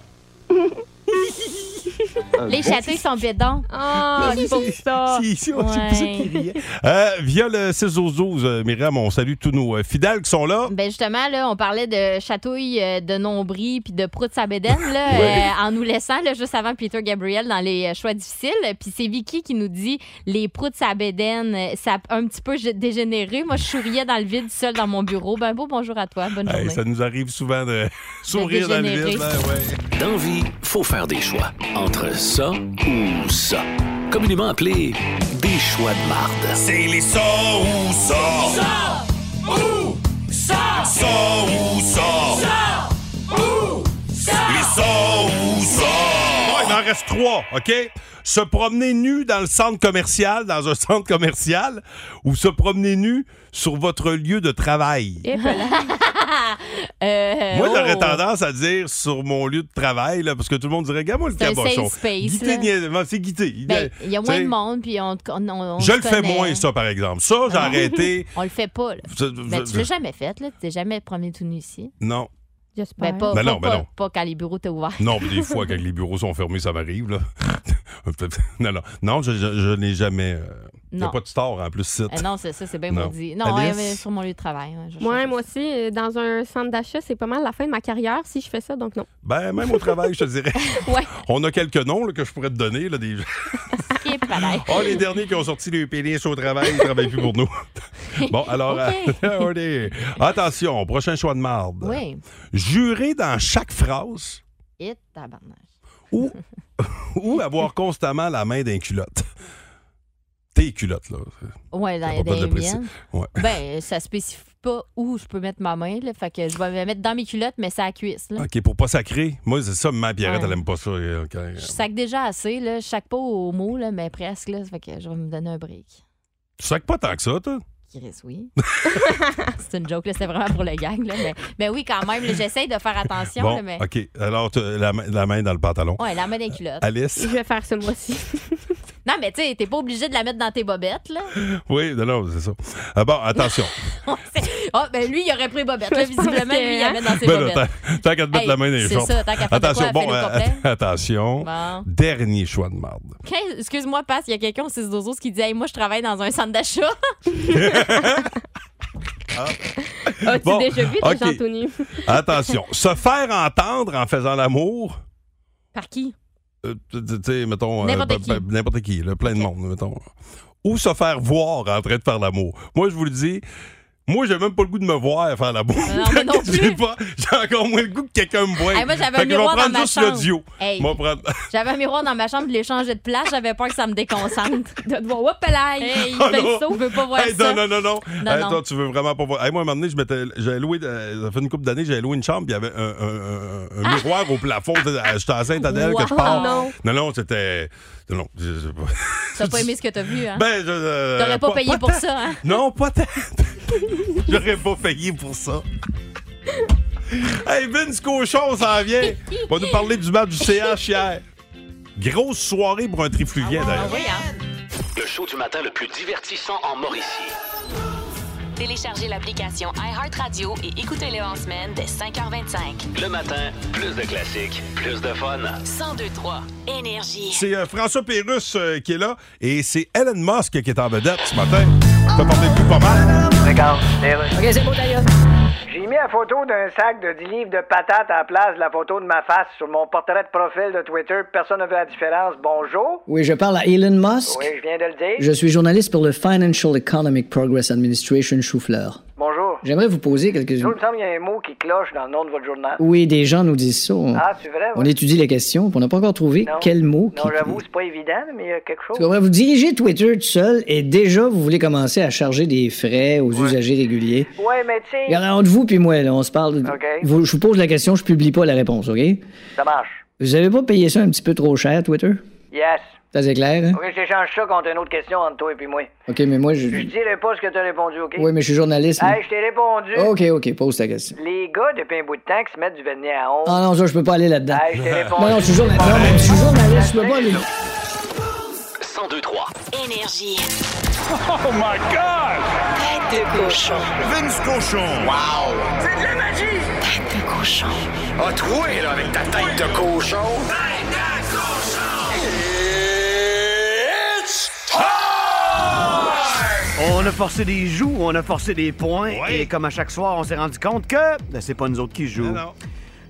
F: Les chatouilles sont bédons.
H: Ah,
F: Oh,
G: Si,
F: c'est pour ça.
G: si,
C: oh,
G: si, on- c'est pour ça qu'il riait.
C: Euh, via le 612, euh, Myriam, on salue tous nos euh, fidèles qui sont là.
F: Ben justement, là, on parlait de chatouille euh, de nombril puis de prout sa bédaine, là,
C: Ouais.
F: euh, en nous laissant là, juste avant Peter Gabriel dans les euh, choix difficiles. Puis c'est Vicky qui nous dit les proutes sa bédaine, euh, ça a un petit peu gé- dégénéré. Moi, je souriais dans le vide seul dans mon bureau. Ben beau bonjour à toi. Bonne
C: Hey,
F: journée.
C: ça nous arrive souvent de sourire dans le
F: dégénérer.
C: vide. hein, ouais.
B: Dans vie, faut faire des choix. Entre ça ou ça. Communément appelé des choix de marde. C'est les ça ou
G: Ça ou ça.
B: Ça ou ça.
G: Ça ou ça.
C: Ouais, il en reste trois, OK? Se promener nu dans le centre commercial, dans un centre commercial, ou se promener nu sur votre lieu de travail.
F: Et voilà. Euh,
C: Moi, j'aurais
F: oh.
C: tendance à dire sur mon lieu de travail, là, parce que tout le monde dirait, regarde moi le
F: C'est un
C: cabochon.
F: safe space,
C: Guité,
F: là.
C: niaise- ouais, c'est guité. Il-
F: Ben, il y a moins
C: t'sais,
F: de monde, puis on, te- on- on- on
C: Je
F: se
C: le fais
F: connaît.
C: moins, ça, par exemple. Ça, j'ai
F: Ah.
C: arrêté.
F: On le fait pas, là.
C: Je-
F: Ben,
C: je-
F: tu l'as jamais fait, là. Tu t'es jamais promené tout nu ici.
C: Non.
F: J'espère. Ben, pas,
C: Ben
F: pas-
C: non, ben
F: pas-
C: non.
F: pas quand les bureaux t'es ouverts.
C: Non, mais des fois, quand les bureaux sont fermés, ça m'arrive. là. non, non. Non, je, je- je n'ai jamais. Il n'y a
F: Non.
C: pas de store en plus, site.
F: Eh non, c'est ça, c'est bien
C: Non.
F: maudit. Non, ouais,
C: Alice?
F: mais sur mon lieu de travail. ouais, je-
H: Moi, moi aussi, euh, dans un centre d'achat, c'est pas mal la fin de ma carrière si je fais ça, donc non.
C: Ben, même au travail, je te dirais.
H: Ouais.
C: On a quelques noms là, que je pourrais te donner. Là, des...
F: Ben,
C: oh, les derniers qui ont sorti les pénis au travail, ils ne travaillent plus pour nous. bon, alors, euh, on est- attention, prochain choix de marde.
F: Oui.
C: Jurer dans chaque phrase
F: Et tabarnak.
C: ou, ou avoir constamment la main d'un culotte. Tes culottes, là.
F: Ouais,
C: T'as pas
F: dans, dans
C: besoin de
F: les
C: le préciser.
F: miennes.
C: Ouais.
F: Ben, ça spécifie pas où je peux mettre ma main, là. Fait que je vais me mettre dans mes culottes, mais c'est à la cuisse, là.
C: OK, pour pas sacrer. Moi, c'est ça, ma Pierrette,
F: Ouais.
C: elle aime pas ça. euh, quand-
F: Je sac déjà assez, là. Je sac pas au mot, là, mais presque, là. Fait que je vais me donner un break.
C: Tu sacres pas tant que ça, toi?
F: Chris, oui. c'est une joke, là. C'était vraiment pour le gag, là. Mais, mais oui, quand même, là, j'essaye de faire attention,
C: bon,
F: là, mais.
C: OK. Alors, tu- la, main- la main dans le pantalon.
F: Ouais, la main d'un culotte.
C: Alice? Je
H: vais faire ça moi aussi.
F: non, mais tu sais, t'es pas obligé de la mettre dans tes bobettes, là.
C: Oui, non, non, c'est ça. Ah bon, attention.
F: Ah, ben lui, il aurait pris bobette. Là, visiblement, lui, il la met dans ses
C: Ben là,
F: bobettes.
C: tant- tant qu'à te mettre
F: Hey,
C: la main dans les
F: c'est
C: shorts.
F: ça, tant qu'à faire de
C: attention,
F: quoi,
C: bon,
F: fais-le
C: euh,
F: complet.
C: attention.
F: Bon.
C: Dernier choix de marde.
F: Qu'est- Excuse-moi, Pat, il y a quelqu'un au 6 12 qui dit Hey, moi, je travaille dans un centre d'achat.
H: As-tu
C: Ah. Bon,
H: déjà vu
C: OK.
H: des gens tout nus?
C: Attention, se faire entendre en faisant l'amour,
F: Par qui
C: euh, tu tu- tu sais, mettons, euh,
F: N'importe
C: ben,
F: qui.
C: ben, n'importe qui, là, plein de monde, mettons. Ou se faire voir en train de faire l'amour. Moi, je vous le dis, moi, j'ai même pas le goût de me voir faire l'amour.
F: Ah Non, moi non plus.
C: J'ai pas- j'ai encore moins le goût que quelqu'un me voie.
F: Hey, moi, j'avais
C: Fait que
F: un
C: je vais
F: miroir
C: prendre
F: dans ma
C: juste
F: chambre.
C: l'audio.
F: Hey.
C: Moi, prendre-
F: J'avais un miroir dans ma chambre, je l'ai changé de place, j'avais peur que ça me déconcentre. De te voir, hop là, hey, ben,
C: Ah
F: fais
C: non.
F: le saut, je veux pas voir
C: Hey,
F: ça.
C: Non, non, non, non.
F: Non,
C: Hey,
F: non.
C: Toi, tu veux vraiment pas voir. Hey, moi, à un moment donné, je m'étais- j'avais loué, euh, ça fait une couple d'années, j'avais loué une chambre, puis il y avait un, un- un- un miroir au plafond. Tu sais, J'étais enceinte à d'elle que je
F: Ah! Wow.
C: parle.
F: Non.
C: non, non, c'était. Non, non, je- je-
F: T'as pas aimé ce que t'as vu, hein?
C: Ben, je- euh,
F: T'aurais pas, payé pour
C: tant.
F: ça, hein?
C: Non, pas tant. J'aurais pas payé pour ça. Hey, Vince Cochon s'en vient. On va nous parler du match du CH hier. Grosse soirée pour un
F: Ah
C: Ah trifluvien, d'ailleurs.
B: Le show du matin le plus divertissant en Mauricie.
A: Téléchargez l'application iHeartRadio et écoutez-le en semaine dès 5h25.
B: Le matin, plus de classiques, plus de fun.
A: 1023 Énergie.
C: C'est euh, François Pérusse euh, qui est là et c'est Elon Musk qui est en vedette ce matin. Ça portait plus pas mal. D'accord.
L: OK, c'est beau, d'ailleurs. J'ai mis la photo d'un sac de 10 livres de patates à la place de la photo de ma face sur mon portrait de profil de Twitter. Personne ne veut la différence. Bonjour.
E: Oui, je parle à Elon Musk.
L: Oui, je viens de le dire.
E: Je suis journaliste pour le Financial Economic Progress Administration Choufleur.
L: Bonjour.
E: J'aimerais vous poser quelques...
L: Je me semble qu'il y a un mot qui cloche dans le nom de votre journal.
E: Oui, des gens nous disent ça. On,
L: Ah, c'est vrai, oui.
E: on étudie les questions, puis on n'a pas encore trouvé
L: Non.
E: quel mot
L: Non,
E: qui...
L: j'avoue, c'est pas évident, mais il y a quelque chose.
E: Tu comprends? Vous dirigez Twitter tout seul et déjà, vous voulez commencer à charger des frais aux usagers réguliers.
L: Ouais, mais tu sais,
E: Regardez, entre vous puis moi, là, on se parle.
L: OK.
E: Vous- je vous pose la question, je publie pas la réponse, OK?
L: ça marche.
E: Vous avez pas payé ça un petit peu trop cher, Twitter?
L: Yes.
E: Ça, c'est clair, hein?
L: OK, je t'échange ça contre une autre question entre toi et puis moi.
E: OK, mais moi, je...
L: Je dirai pas ce que t'as répondu, OK?
E: Oui, mais je suis journaliste.
L: Hey,
E: mais-
L: je t'ai répondu.
E: OK, OK, pose ta question.
L: Les gars, depuis un bout de temps, qui se mettent du vernis à ongles.
E: Ah non, ça, je peux pas aller là-dedans.
L: Hey, je t'ai répondu.
E: non, non, je suis journaliste. Non, mais je suis journaliste, je peux pas aller...
B: 1023.
A: Énergie.
B: Oh my God!
A: Tête de cochon.
B: Vince Cochon. Wow! C'est de la magie! Tête de cochon. A troué, là, avec ta tête de cochon. Tête de cochon! It's
M: On a forcé des joues, on a forcé des points, et comme à chaque soir, on s'est rendu compte que ben, c'est pas nous autres qui jouons.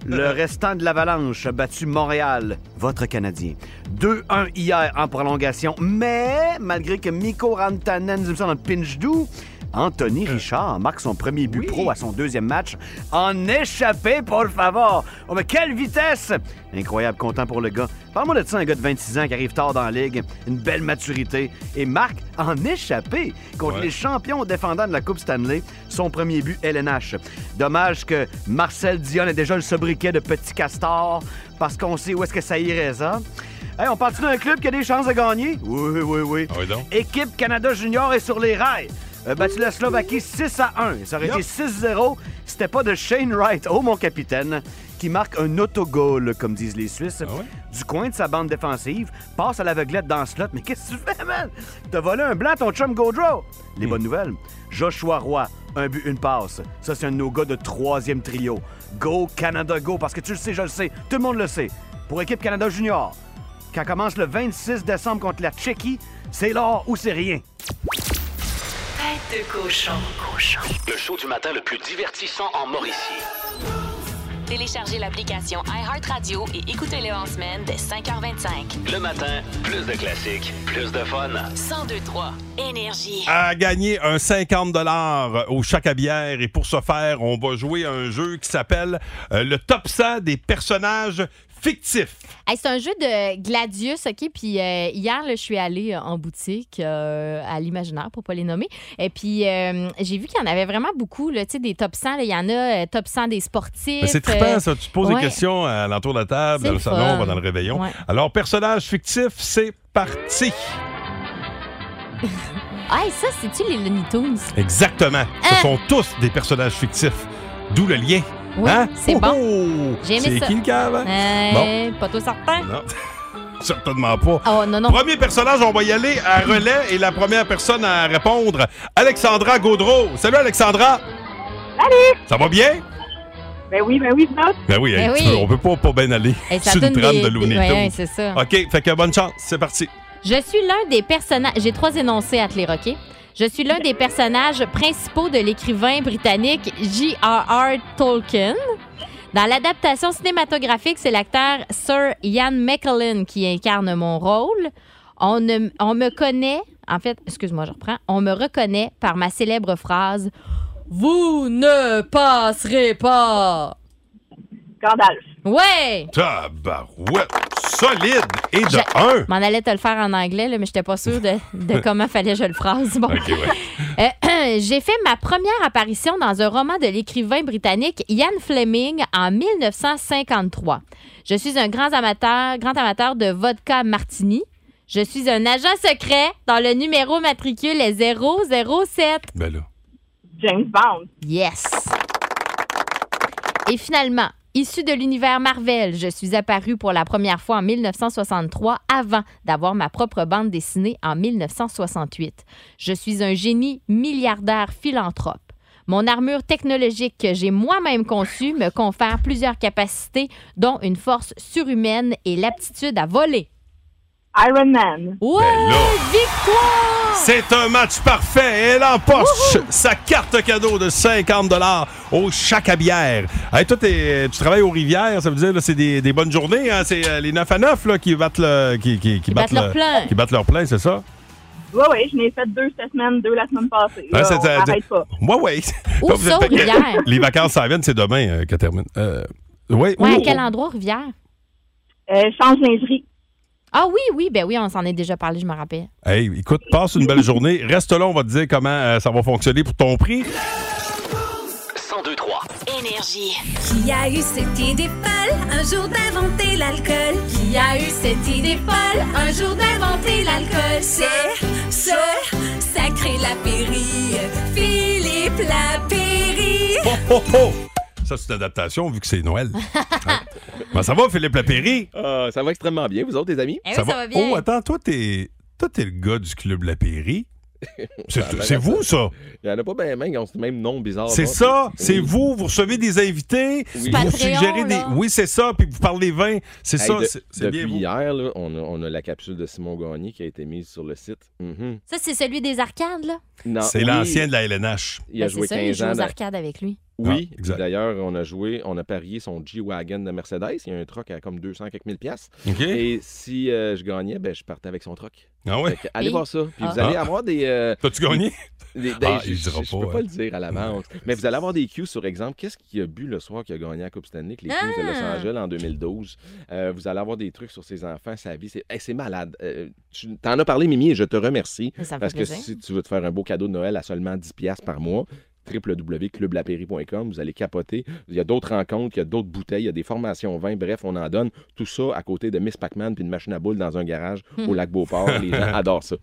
M: Le restant de l'avalanche a battu Montréal, votre Canadien. 2-1 hier en prolongation, mais malgré que Mikko Rantanen nous dans le pinch doux, Anthony Richard marque son premier but pro à son deuxième match. En échappé, por favor! Oh, mais quelle vitesse! Incroyable, content pour le gars. Parle-moi de ça, un gars de 26 ans qui arrive tard dans la ligue, une belle maturité, et marque en échappé contre
N: Ouais.
M: les champions défendants de la Coupe Stanley, son premier but LNH. Dommage que Marcel Dion ait déjà le sobriquet de petit castor, parce qu'on sait où est-ce que ça irait, ça. Hey, on partit d'un club qui a des chances de gagner? Oui, oui, oui. Équipe Canada Junior est sur les rails. A Euh, battu la Slovaquie 6 à 1. Ça aurait
N: Yep.
M: été 6-0. C'était pas de Shane Wright, oh mon capitaine, qui marque un autogol, comme disent les Suisses, du coin de sa bande défensive, passe à l'aveuglette dans le slot. Mais qu'est-ce que tu fais, man? T'as volé un blanc, ton chum Gaudreau. Les bonnes nouvelles, Joshua Roy, un but, une passe. Ça, c'est un de nos gars de troisième trio. Go Canada, go! Parce que tu le sais, je le sais, tout le monde le sait. Pour équipe Canada Junior, quand commence le 26 décembre contre la Tchéquie, c'est l'or ou c'est rien.
A: Tête de cochon.
B: Le show du matin le plus divertissant en Mauricie.
A: Téléchargez l'application iHeartRadio et écoutez-le en semaine dès 5h25.
B: Le matin, plus de classiques, plus de fun.
A: 1023 Énergie.
C: à gagner un 50 au chac à bière. Et pour ce faire, on va jouer à un jeu qui s'appelle euh, le top 100 des personnages fictifs.
F: Hey, c'est un jeu de Gladius, OK? Puis euh, hier, là, je suis allée euh, en boutique euh, à l'imaginaire, pour pas les nommer. Et puis, euh, j'ai vu qu'il y en avait vraiment beaucoup, là, tu sais, des top 100. là. Il y en a euh, top 100 des sportifs.
C: Ben, c'est trippant,
F: euh,
C: ça. Tu poses
F: ouais.
C: des questions à l'entour de la table,
F: C'est
C: dans le
F: le
C: salon,
F: fun.
C: pendant le réveillon.
F: Ouais.
C: Alors, personnage fictif, c'est parti.
F: Hey, ça, c'est-tu les Looney Tunes?
C: Exactement. Ce
F: Hein?
C: sont tous des personnages fictifs. D'où le lien.
F: Oui,
C: Hein?
F: c'est
C: Oh,
F: bon.
C: oh!
F: J'ai aimé
C: C'est
F: ça.
C: qui le cave? hein?
F: Euh, Pas toi certain?
C: Non. Certainement pas.
F: Oh, non, non.
C: Premier personnage, on va y aller à relais et la première personne à répondre, Alexandra Gaudreau. Salut Alexandra. Salut. Ça va bien?
O: Ben oui, ben oui, ça.
C: Ben oui,
F: Ben
C: hein, tu
F: oui.
C: peux- on peut pas pas bien aller
F: Et ça
C: sur une
F: donne
C: trame
F: des-
C: de Looney
F: des- ouais,
C: Tunes.
F: c'est ça.
C: OK, fait que bonne chance, c'est parti.
F: Je suis l'un des personnages. J'ai trois énoncés à te les roquer. Je suis l'un des personnages principaux de l'écrivain britannique J.R.R. Tolkien. Dans l'adaptation cinématographique, c'est l'acteur Sir Ian McKellen qui incarne mon rôle. On, ne- on me connaît, en fait, excuse-moi, je reprends. On me reconnaît par ma célèbre phrase Vous ne passerez pas.
O: Gandalf.
F: Ouais!
C: Tabarouette, solide et de 1.
F: Je m'en allais te le faire en anglais, là, mais je n'étais pas sûre de, de comment fallait que je le phrase. Bon. Euh, J'ai fait ma première apparition dans un roman de l'écrivain britannique Ian Fleming en 1953. Je suis un grand amateur, grand amateur de vodka martini. Je suis un agent secret dans le numéro matricule 007.
C: Ben là.
O: James Bond.
F: Yes. Et finalement, Issu de l'univers Marvel, je suis apparu pour la première fois en 1963 avant d'avoir ma propre bande dessinée en 1968. Je suis un génie milliardaire philanthrope. Mon armure technologique que j'ai moi-même conçue me confère plusieurs capacités, dont une force surhumaine et l'aptitude à voler. Iron Man. Ouais! Victoire!
C: C'est un match parfait. Elle emporte sa carte cadeau de 50 au Chacabière. Hey, toi, t'es- tu travailles aux Rivières, ça veut dire que c'est des, des bonnes journées. hein? C'est euh, les 9 à 9 là, qui battent le, qui, qui- qui
O: battent leur
C: le-
O: plein.
C: Qui battent leur plein, c'est ça?
O: Oui, oui, je n'ai fait deux cette semaine, deux la semaine passée.
C: Hein,
O: Là,
C: c'est-
O: on
C: c'est-
O: n'arrête pas.
C: Ouais, ouais.
F: Où
C: Là, vous êtes
F: ça, aux
C: fait-
F: Rivières?
C: Les vacances ça viennent, c'est demain euh, qu'elles terminent. Euh, ouais,
F: Ouais, à
C: où-
F: quel endroit, Rivière?
O: Euh, change lingerie.
F: Ah oui, oui, ben oui, on s'en est déjà parlé, je me rappelle.
C: Hey, écoute, passe une belle journée. Reste là, on va te dire comment euh, ça va fonctionner pour ton prix.
B: 1023.
N: Énergie. Qui a eu cette idée folle un jour d'inventer l'alcool? Qui a eu cette idée folle un jour d'inventer l'alcool? C'est ce sacré Lapéry, Philippe Lapéry.
C: Oh, oh, oh! Ça, c'est une adaptation vu que c'est Noël. Hein? Comment ça va, Philippe Lapéry?
P: Ah, ça va extrêmement bien, vous autres, les amis?
C: Oh, attends, toi, t'es, toi, t'es le gars du club Lapéry. C'est,
P: Ah, ben, Ça a l'air
C: c'est
P: à
C: vous, ça?
P: Il y en a pas bien, même, ils ont ce même nom bizarre.
C: C'est
P: là.
C: ça?
P: Ah, Oui.
C: C'est vous? Vous recevez des invités?
P: Oui.
C: Vous
P: Patreon,
C: suggérez des.
P: là.
C: Oui, c'est ça, puis vous parlez vin. C'est
P: Hey,
C: ça,
P: de-
C: c'est, c'est
P: depuis
C: bien vous.
P: hier, là, on, a, on a la capsule de Simon Gagné qui a été mise sur le site. Mhm.
F: Ça, c'est celui des arcades, là?
P: Non,
C: c'est
P: oui.
C: l'ancien de la LNH.
P: Il a
F: Ben,
P: joué
F: c'est ça, il
P: 15
F: joue
P: ans.
F: aux
P: dans- Ah,
F: arcades avec lui.
C: Ah,
P: Oui, d'ailleurs, on a joué, on a parié son G-Wagon de Mercedes. Il y a un troc à comme 200 quelques mille piastres.
C: OK.
P: Et si euh, je gagnais, ben, je partais avec son troc.
C: Ah ouais?
P: Fait que allez
C: Et-
P: voir ça. Puis vous
C: Ah.
P: allez avoir des... euh,
C: T'as-tu gagné?
P: des- des-
C: Ah,
P: je,
C: il dira
P: je- je
C: pas,
P: peux
C: hein.
P: pas le dire à l'avance. Mais vous allez avoir des cues sur exemple. Qu'est-ce qu'il a bu le soir qui a gagné la Coupe Stanley avec les Kings de Los
F: Ah!
P: Angeles en 2012? Euh, vous allez avoir des trucs sur ses enfants, sa vie. C'est hey, c'est malade. Euh, tu t'en as parlé, Mimi, et je te remercie.
F: Ça me fait
P: parce que
F: plaisir.
P: si tu veux te faire un beau cadeau de Noël à seulement 10$ piastres par mois, www.clublapéry.com, vous allez capoter. Il y a d'autres rencontres, il y a d'autres bouteilles, il y a des formations vin, bref, on en donne. Tout ça à côté de Miss Pac-Man puis une machine à boules dans un garage au lac Beauport. Les gens adorent ça.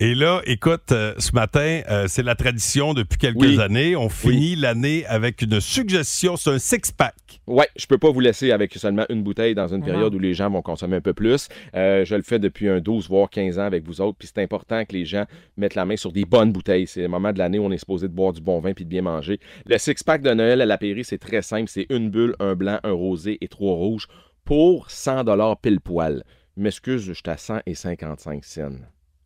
C: Et là, écoute, euh, ce matin, euh, c'est la tradition depuis quelques
P: Oui.
C: années. On finit l'année avec une suggestion. C'est un six-pack.
P: Ouais, je peux pas vous laisser avec seulement une bouteille dans une
C: Ah
P: période
C: non.
P: où les gens vont consommer un peu plus. Euh, je le fais depuis un 12 voire 15 ans avec vous autres, puis c'est important que les gens mettent la main sur des bonnes bouteilles. C'est le moment de l'année où on est supposé de boire du bon vin puis de bien manger. Le six pack de Noël à l'apéry, c'est très simple, c'est une bulle, un blanc, un rosé et trois rouges pour 100 dollars pile poil. M'excuse, je suis à 155 cents.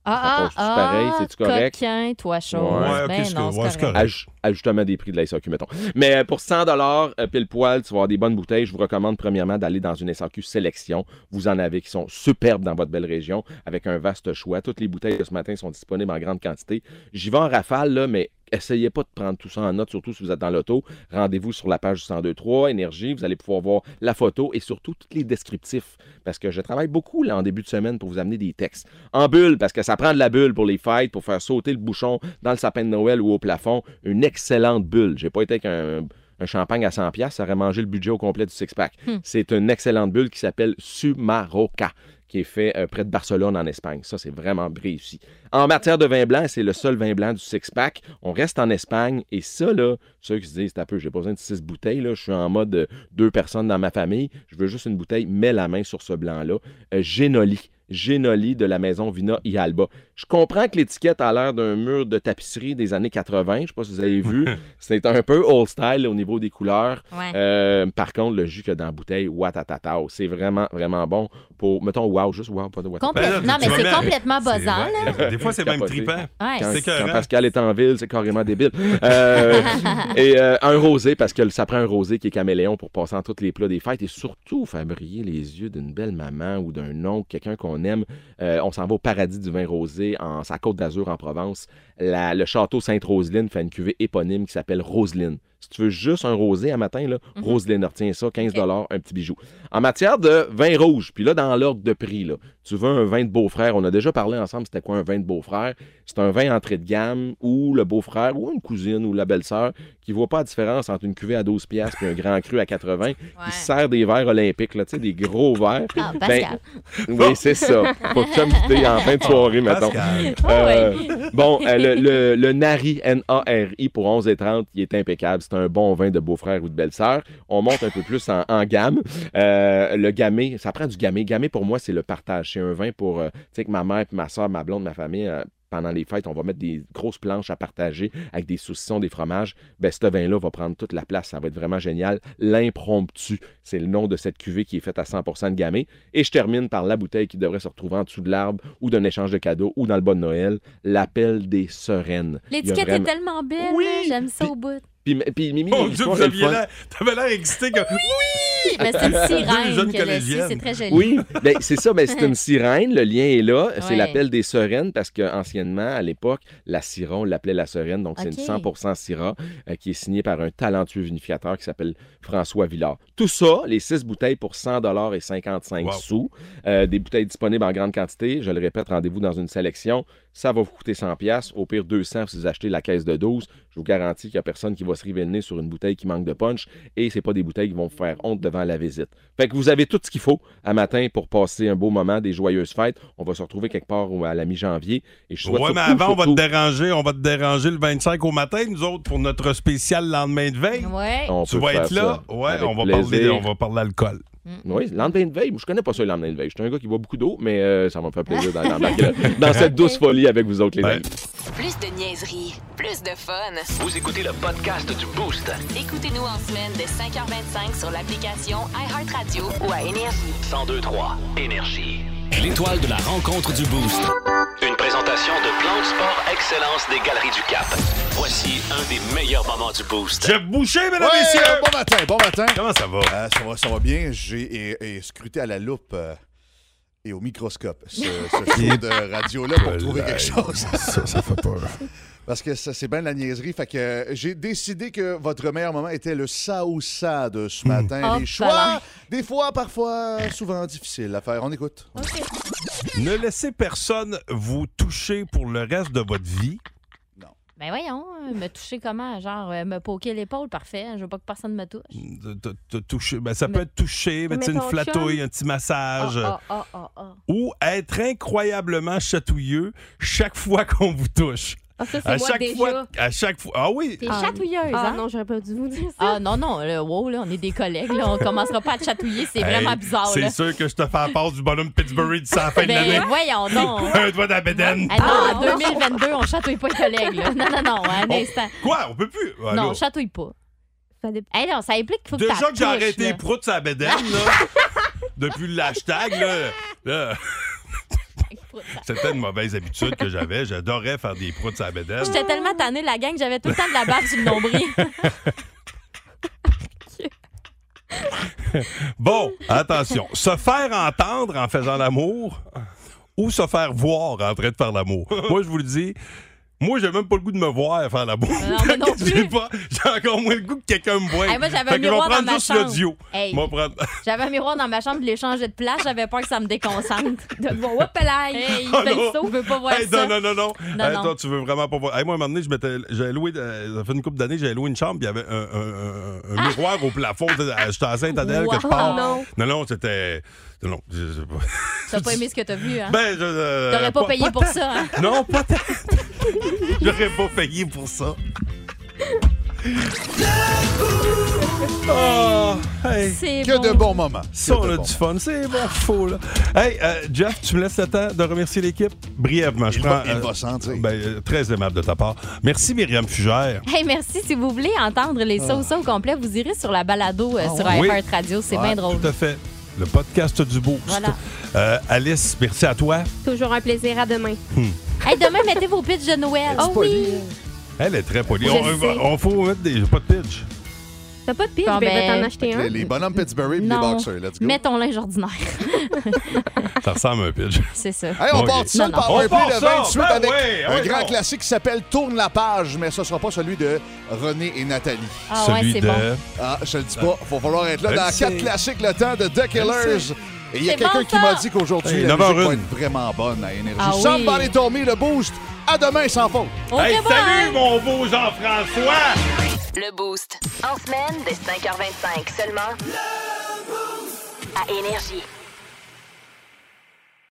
F: Ah, ah,
P: passe-tu pareil?
F: ah,
P: C'est-tu correct?
F: coquin, toi, chose.
P: Ouais,
F: ben non, c'est correct.
P: Aj- ajustement des prix de la SAQ, mettons. Mais euh, pour 100 euh, pile poil, tu vas avoir des bonnes bouteilles. Je vous recommande premièrement d'aller dans une SAQ sélection. Vous en avez qui sont superbes dans votre belle région, avec un vaste choix. Toutes les bouteilles de ce matin sont disponibles en grande quantité. J'y vais en rafale, là, mais essayez pas de prendre tout ça en note, surtout si vous êtes dans l'auto. Rendez-vous sur la page du 1023 Énergie. Vous allez pouvoir voir la photo et surtout tous les descriptifs. Parce que je travaille beaucoup là en début de semaine pour vous amener des textes. En bulle, parce que ça prend de la bulle pour les fêtes, pour faire sauter le bouchon dans le sapin de Noël ou au plafond. Une excellente bulle. J'ai pas été avec un, un champagne à 100$, piastres, ça aurait mangé le budget au complet du six-pack.
B: Hmm.
P: C'est une excellente bulle qui s'appelle Sumaroca qui est fait euh, près de Barcelone en Espagne. Ça, c'est vraiment réussi. En matière de vin blanc, c'est le seul vin blanc du six-pack. On reste en Espagne et ça, là, ceux qui se disent, un peu, j'ai pas besoin de six bouteilles, là, je suis en mode euh, deux personnes dans ma famille, je veux juste une bouteille, mets la main sur ce blanc-là. Euh, Génoli. Génoli de la maison Vina y Alba. Je comprends que l'étiquette a l'air d'un mur de tapisserie des années 80. Je sais pas si vous avez vu. C'est un peu old style au niveau des couleurs.
B: Ouais.
P: Euh, par contre, le jus que dans la bouteille, watatatao, c'est vraiment, vraiment bon pour, mettons, wow, juste wow, pas de wow.
F: Complète- Ben là, non, tu mais vas c'est mettre- complètement
P: C'est
F: buzzant,
P: vrai.
F: là.
C: Des fois, c'est même
P: Capoté.
C: trippant.
F: Ouais.
P: Quand,
F: C'est
P: quand
F: écœurant.
P: Pascal est en ville, c'est carrément débile. Euh, et euh, un rosé, parce que ça prend un rosé qui est caméléon pour passer en tous les plats des fêtes et surtout faire briller les yeux d'une belle maman ou d'un oncle, quelqu'un qu'on aime. Euh, on s'en va au paradis du vin rosé, en sa côte d'Azur, en Provence. La- le château Sainte-Roseline fait une cuvée éponyme qui s'appelle Roseline. Si tu veux juste un rosé à matin, là,
F: Mhm.
P: Roseline, retiens ça, 15 un petit bijou. En matière de vin rouge, puis là, dans l'ordre de prix, là, tu veux un vin de beau-frère. On a déjà parlé ensemble, c'était quoi un vin de beau-frère? C'est un vin entrée de gamme où le beau-frère ou une cousine ou la belle-sœur qui voit pas la différence entre une cuvée à 12 piastres et un grand cru à 80, qui se sert des verres olympiques, là, tu sais, des gros verres. Ben,
F: Ah, Pascal.
P: oui, c'est ça. Faut que tu aies goûté en fin de soirée, mettons.
B: Pascal.
P: Euh,
B: Ah ouais.
P: Bon, euh, le, le- le Nari, N-A-R-I, pour 11 et 30, il est impeccable. c'est un bon vin de beau-frère ou de belle-sœur. On monte un peu plus en, en gamme. Euh, le gamay, ça prend du gamay. Gamay, pour moi, c'est le partage. C'est un vin pour, euh, tu sais, que ma mère, puis ma soeur, ma blonde, ma famille, euh, pendant les fêtes, on va mettre des grosses planches à partager avec des saucissons, des fromages. Ben, ce vin-là va prendre toute la place. Ça va être vraiment génial. L'impromptu, c'est le nom de cette cuvée qui est faite à 100 de gamay. Et je termine par la bouteille qui devrait se retrouver en dessous de l'arbre ou d'un échange de cadeaux ou dans le bas de Noël, l'appel des sereines. Il y a
F: L'étiquette
P: vraiment-
F: est tellement belle, là, j'aime ça au bout.
P: Puis, puis Mimi,
C: Mon Dieu,
P: l'histoire, elle
C: vous
P: est
C: aviez
P: le fun.
C: l'air- t'avais l'air excité comme. Oui!
F: Mais c'est une
C: Deux jeunes
F: sirène que le
C: collégiennes.
F: si, c'est très joli.
P: Oui, ben, c'est ça, mais c'est une sirène. Le lien est là. C'est
F: Ouais.
P: l'appel des sereines parce qu'anciennement, à l'époque, la syrah, on l'appelait la sereine. Donc,
F: Ok.
P: c'est une 100 syrah euh, qui est signée par un talentueux vinificateur qui s'appelle François Villard. Tout ça, les six bouteilles pour 100 et 55
C: Wow.
P: sous. Euh, des bouteilles disponibles en grande quantité. Je le répète, rendez-vous dans une sélection. Ça va vous coûter 100 au pire 200 si vous achetez la caisse de 12. Je vous garantis qu'il n'y a personne qui va se river le nez sur une bouteille qui manque de punch et c'est pas des bouteilles qui vont vous faire honte devant la visite. Fait que vous avez tout ce qu'il faut à matin pour passer un beau moment, des joyeuses fêtes. On va se retrouver quelque part ou à la mi-janvier. Et je souhaite
C: Ouais, mais
P: surtout,
C: avant, on va te
P: surtout-
C: déranger. On va te déranger le 25 au matin, nous autres, pour notre spécial lendemain de veille.
F: Ouais.
P: On
C: tu
P: peut
C: vas
P: faire
C: être là.
P: ça.
C: Ouais,
P: Avec
C: on va,
P: plaisir.
C: parler, on va parler d'alcool.
P: Oui, le lendemain de veille. Moi, Je connais pas ça, le lendemain de veille. Je suis un gars qui boit beaucoup d'eau, mais euh, ça va me faire plaisir d'en- d'embarquer là- dans cette douce folie avec vous
C: Ben,
P: autres, les amis.
A: Plus de niaiserie, plus de fun.
B: Vous écoutez le podcast du Boost.
A: Écoutez-nous en semaine de 5h25 sur l'application iHeartRadio ou à Énergie.
B: 1023 Énergie. L'étoile de la rencontre du Boost. Une présentation de Plan de Sport Excellence des Galeries du Cap. Voici un des meilleurs moments du Boost.
C: Jeff Boucher, mesdames
Q: Ouais,
C: et messieurs!
Q: Bon matin, bon matin. Euh,
C: Comment ça va?
Q: ça, va ça va bien. J'ai et- et scruté à la loupe euh, et au microscope ce, ce show de radio-là pour trouver quelque chose.
C: ça, ça fait peur.
Q: Parce que ça, c'est bien de la niaiserie. Fait que euh, j'ai décidé que votre meilleur moment était le saoussa de
C: Hmm.
Q: ce matin.
K: Oh,
Q: Les
K: voilà.
Q: choix, des fois, parfois, souvent difficiles à faire. On écoute.
C: Ne laissez personne vous toucher pour le reste de votre vie.
F: Ben voyons, euh, me toucher comment? Genre, euh, me poquer l'épaule, parfait. hein, Je veux pas que personne me touche.
C: De- de- de toucher- ben, ça peut être touché, mais
F: mais
C: tu sais, une
F: ton
C: flatouille,
F: chum-
C: un petit
F: Ah,
C: massage. euh,
F: ah, ah, ah, ah.
C: Ou être incroyablement chatouilleux chaque fois qu'on vous touche.
F: Ah, ça, c'est
C: à
F: moi
C: chaque
F: déjà.
C: fois, à chaque fois. Ah oui.
F: T'es chatouilleuse,
H: Ah
F: hein?
H: non,
F: j'aurais pas dû vous dire ça. Ah non, non, là, wow, là, on est des collègues, là, on commencera pas à te chatouiller, c'est
C: Hey,
F: vraiment bizarre,
C: C'est
F: là.
C: sûr que je te fais la passe du bonhomme Pittsburgh d'ici la fin de
F: Ben,
C: l'année.
F: voyons donc.
C: Un doigt dans la bédaine.
F: Ah non, en 2022, on chatouille pas les collègues, là. Non, non, non, un instant.
C: Quoi? On peut plus? Ah,
F: non,
C: là.
F: on chatouille pas. Hey, non, ça implique qu'il faut que
C: Déjà
F: t'as
C: que j'ai
F: touches,
C: arrêté
F: là.
C: les proutes sur la bédaine, là, depuis l'hashtag, là, là. C'était une mauvaise habitude que j'avais. J'adorais faire des proutes sur la bédaine.
F: J'étais tellement tannée de la gang, j'avais tout le temps de la bave sur le nombril.
C: Bon, attention. se faire entendre en faisant l'amour ou se faire voir en train de faire l'amour. moi, je vous le dis, moi, j'ai même pas le goût de me voir faire l'amour.
F: Non, mais non
C: J'ai pas- j'ai encore moins le goût que quelqu'un me voie.
F: Hey, moi,
C: Fait
F: j'avais un
C: que je vais
F: miroir dans
C: prendre
F: ma
C: juste
F: chambre.
C: l'audio.
F: Hey.
C: Je vais prendre-
F: J'avais un miroir dans ma chambre, je l'ai changé de place, j'avais peur que ça me déconcentre. De voir, hop là, il
C: Oh
F: fait le
C: non.
F: saut, je veux pas voir
C: Hey,
F: Ben, ça.
C: non, non, non, non.
F: Non,
C: Hey,
F: non.
C: toi, tu veux vraiment pas voir. Hey, moi, un moment donné, je m'étais- j'avais loué, euh, ça fait une couple d'années, j'avais loué une chambre, puis il y avait un, un- un- un miroir au plafond. Tu sais, J'étais enceinte à d'elle que je
F: Ah! Wow.
C: parle.
F: Non.
C: non, non, c'était. Non, non, je- je-
F: T'as pas aimé ce que t'as vu, hein?
C: Ben, je- euh,
F: T'aurais pas, payé pour
C: tant.
F: ça, hein?
C: Non, pas tant. J'aurais pas payé pour ça. Oh, hey.
F: C'est
Q: Que de bons moments.
C: Ça,
Q: Que
C: on
Q: de
C: a
Q: bons
C: du fun. C'est bon, faux, là. Hey, euh, Jeff, tu me laisses le temps de remercier l'équipe brièvement. Je
Q: Il
C: prends,
Q: va- il
C: euh,
Q: va sentir.
C: ben, euh, très aimable de ta part. Merci, Myriam Fugère.
F: Hey, merci. Si vous voulez entendre les
C: Ah.
F: sauces au complet, vous irez sur la balado euh, sur
C: Oui.
F: iHeart Radio. C'est
C: Ouais,
F: bien drôle.
C: Ah, Tout à fait. Le podcast du Boost.
F: Voilà.
C: Euh, Alice, merci à toi.
H: Toujours un plaisir. À demain.
C: Hmm.
F: Hey, demain, mettez vos pitchs de Noël. Oh oui!
C: Elle est très polie.
F: Je
C: On,
F: le sais.
C: on, faut mettre des. Pas de pitch.
H: T'as pas de pitch,
F: Bon,
H: ben,
F: ben,
H: va t'en acheter un.
Q: Les, les bonhommes Pittsburgh et les
F: Non.
Q: boxers, let's go.
F: Mets ton linge ordinaire.
C: Ça ressemble à un pitch.
F: C'est ça.
Q: Hey, on
C: Ok.
Q: part tout seul
C: Non,
Q: par
C: non.
Q: un
C: On part
Q: le
C: ça,
Q: 28
C: ben
Q: avec
C: ouais,
Q: un
C: ouais,
Q: grand
C: non.
Q: classique qui s'appelle Tourne la page, mais ce sera pas celui de René et Nathalie.
C: Ah ouais, Celui c'est de- bon.
Q: Ah, je le dis pas, faut falloir être là
C: Elle
Q: dans
C: sait.
Q: quatre classiques le temps de The
C: Elle
Q: Killers.
C: sait.
Q: Et il y a
C: C'est
Q: quelqu'un
C: bon,
Q: qui
C: ça.
Q: m'a dit qu'aujourd'hui,
C: Hey,
Q: la
C: neuf
Q: musique
C: heures
Q: va
C: une.
Q: être vraiment bonne à Énergie.
C: Ah oui.
Q: Somebody told me, le boost. À demain, sans faute.
C: Hey, salut, mon beau Jean-François!
A: Le Boost. En semaine de 5h25 seulement. À Énergie.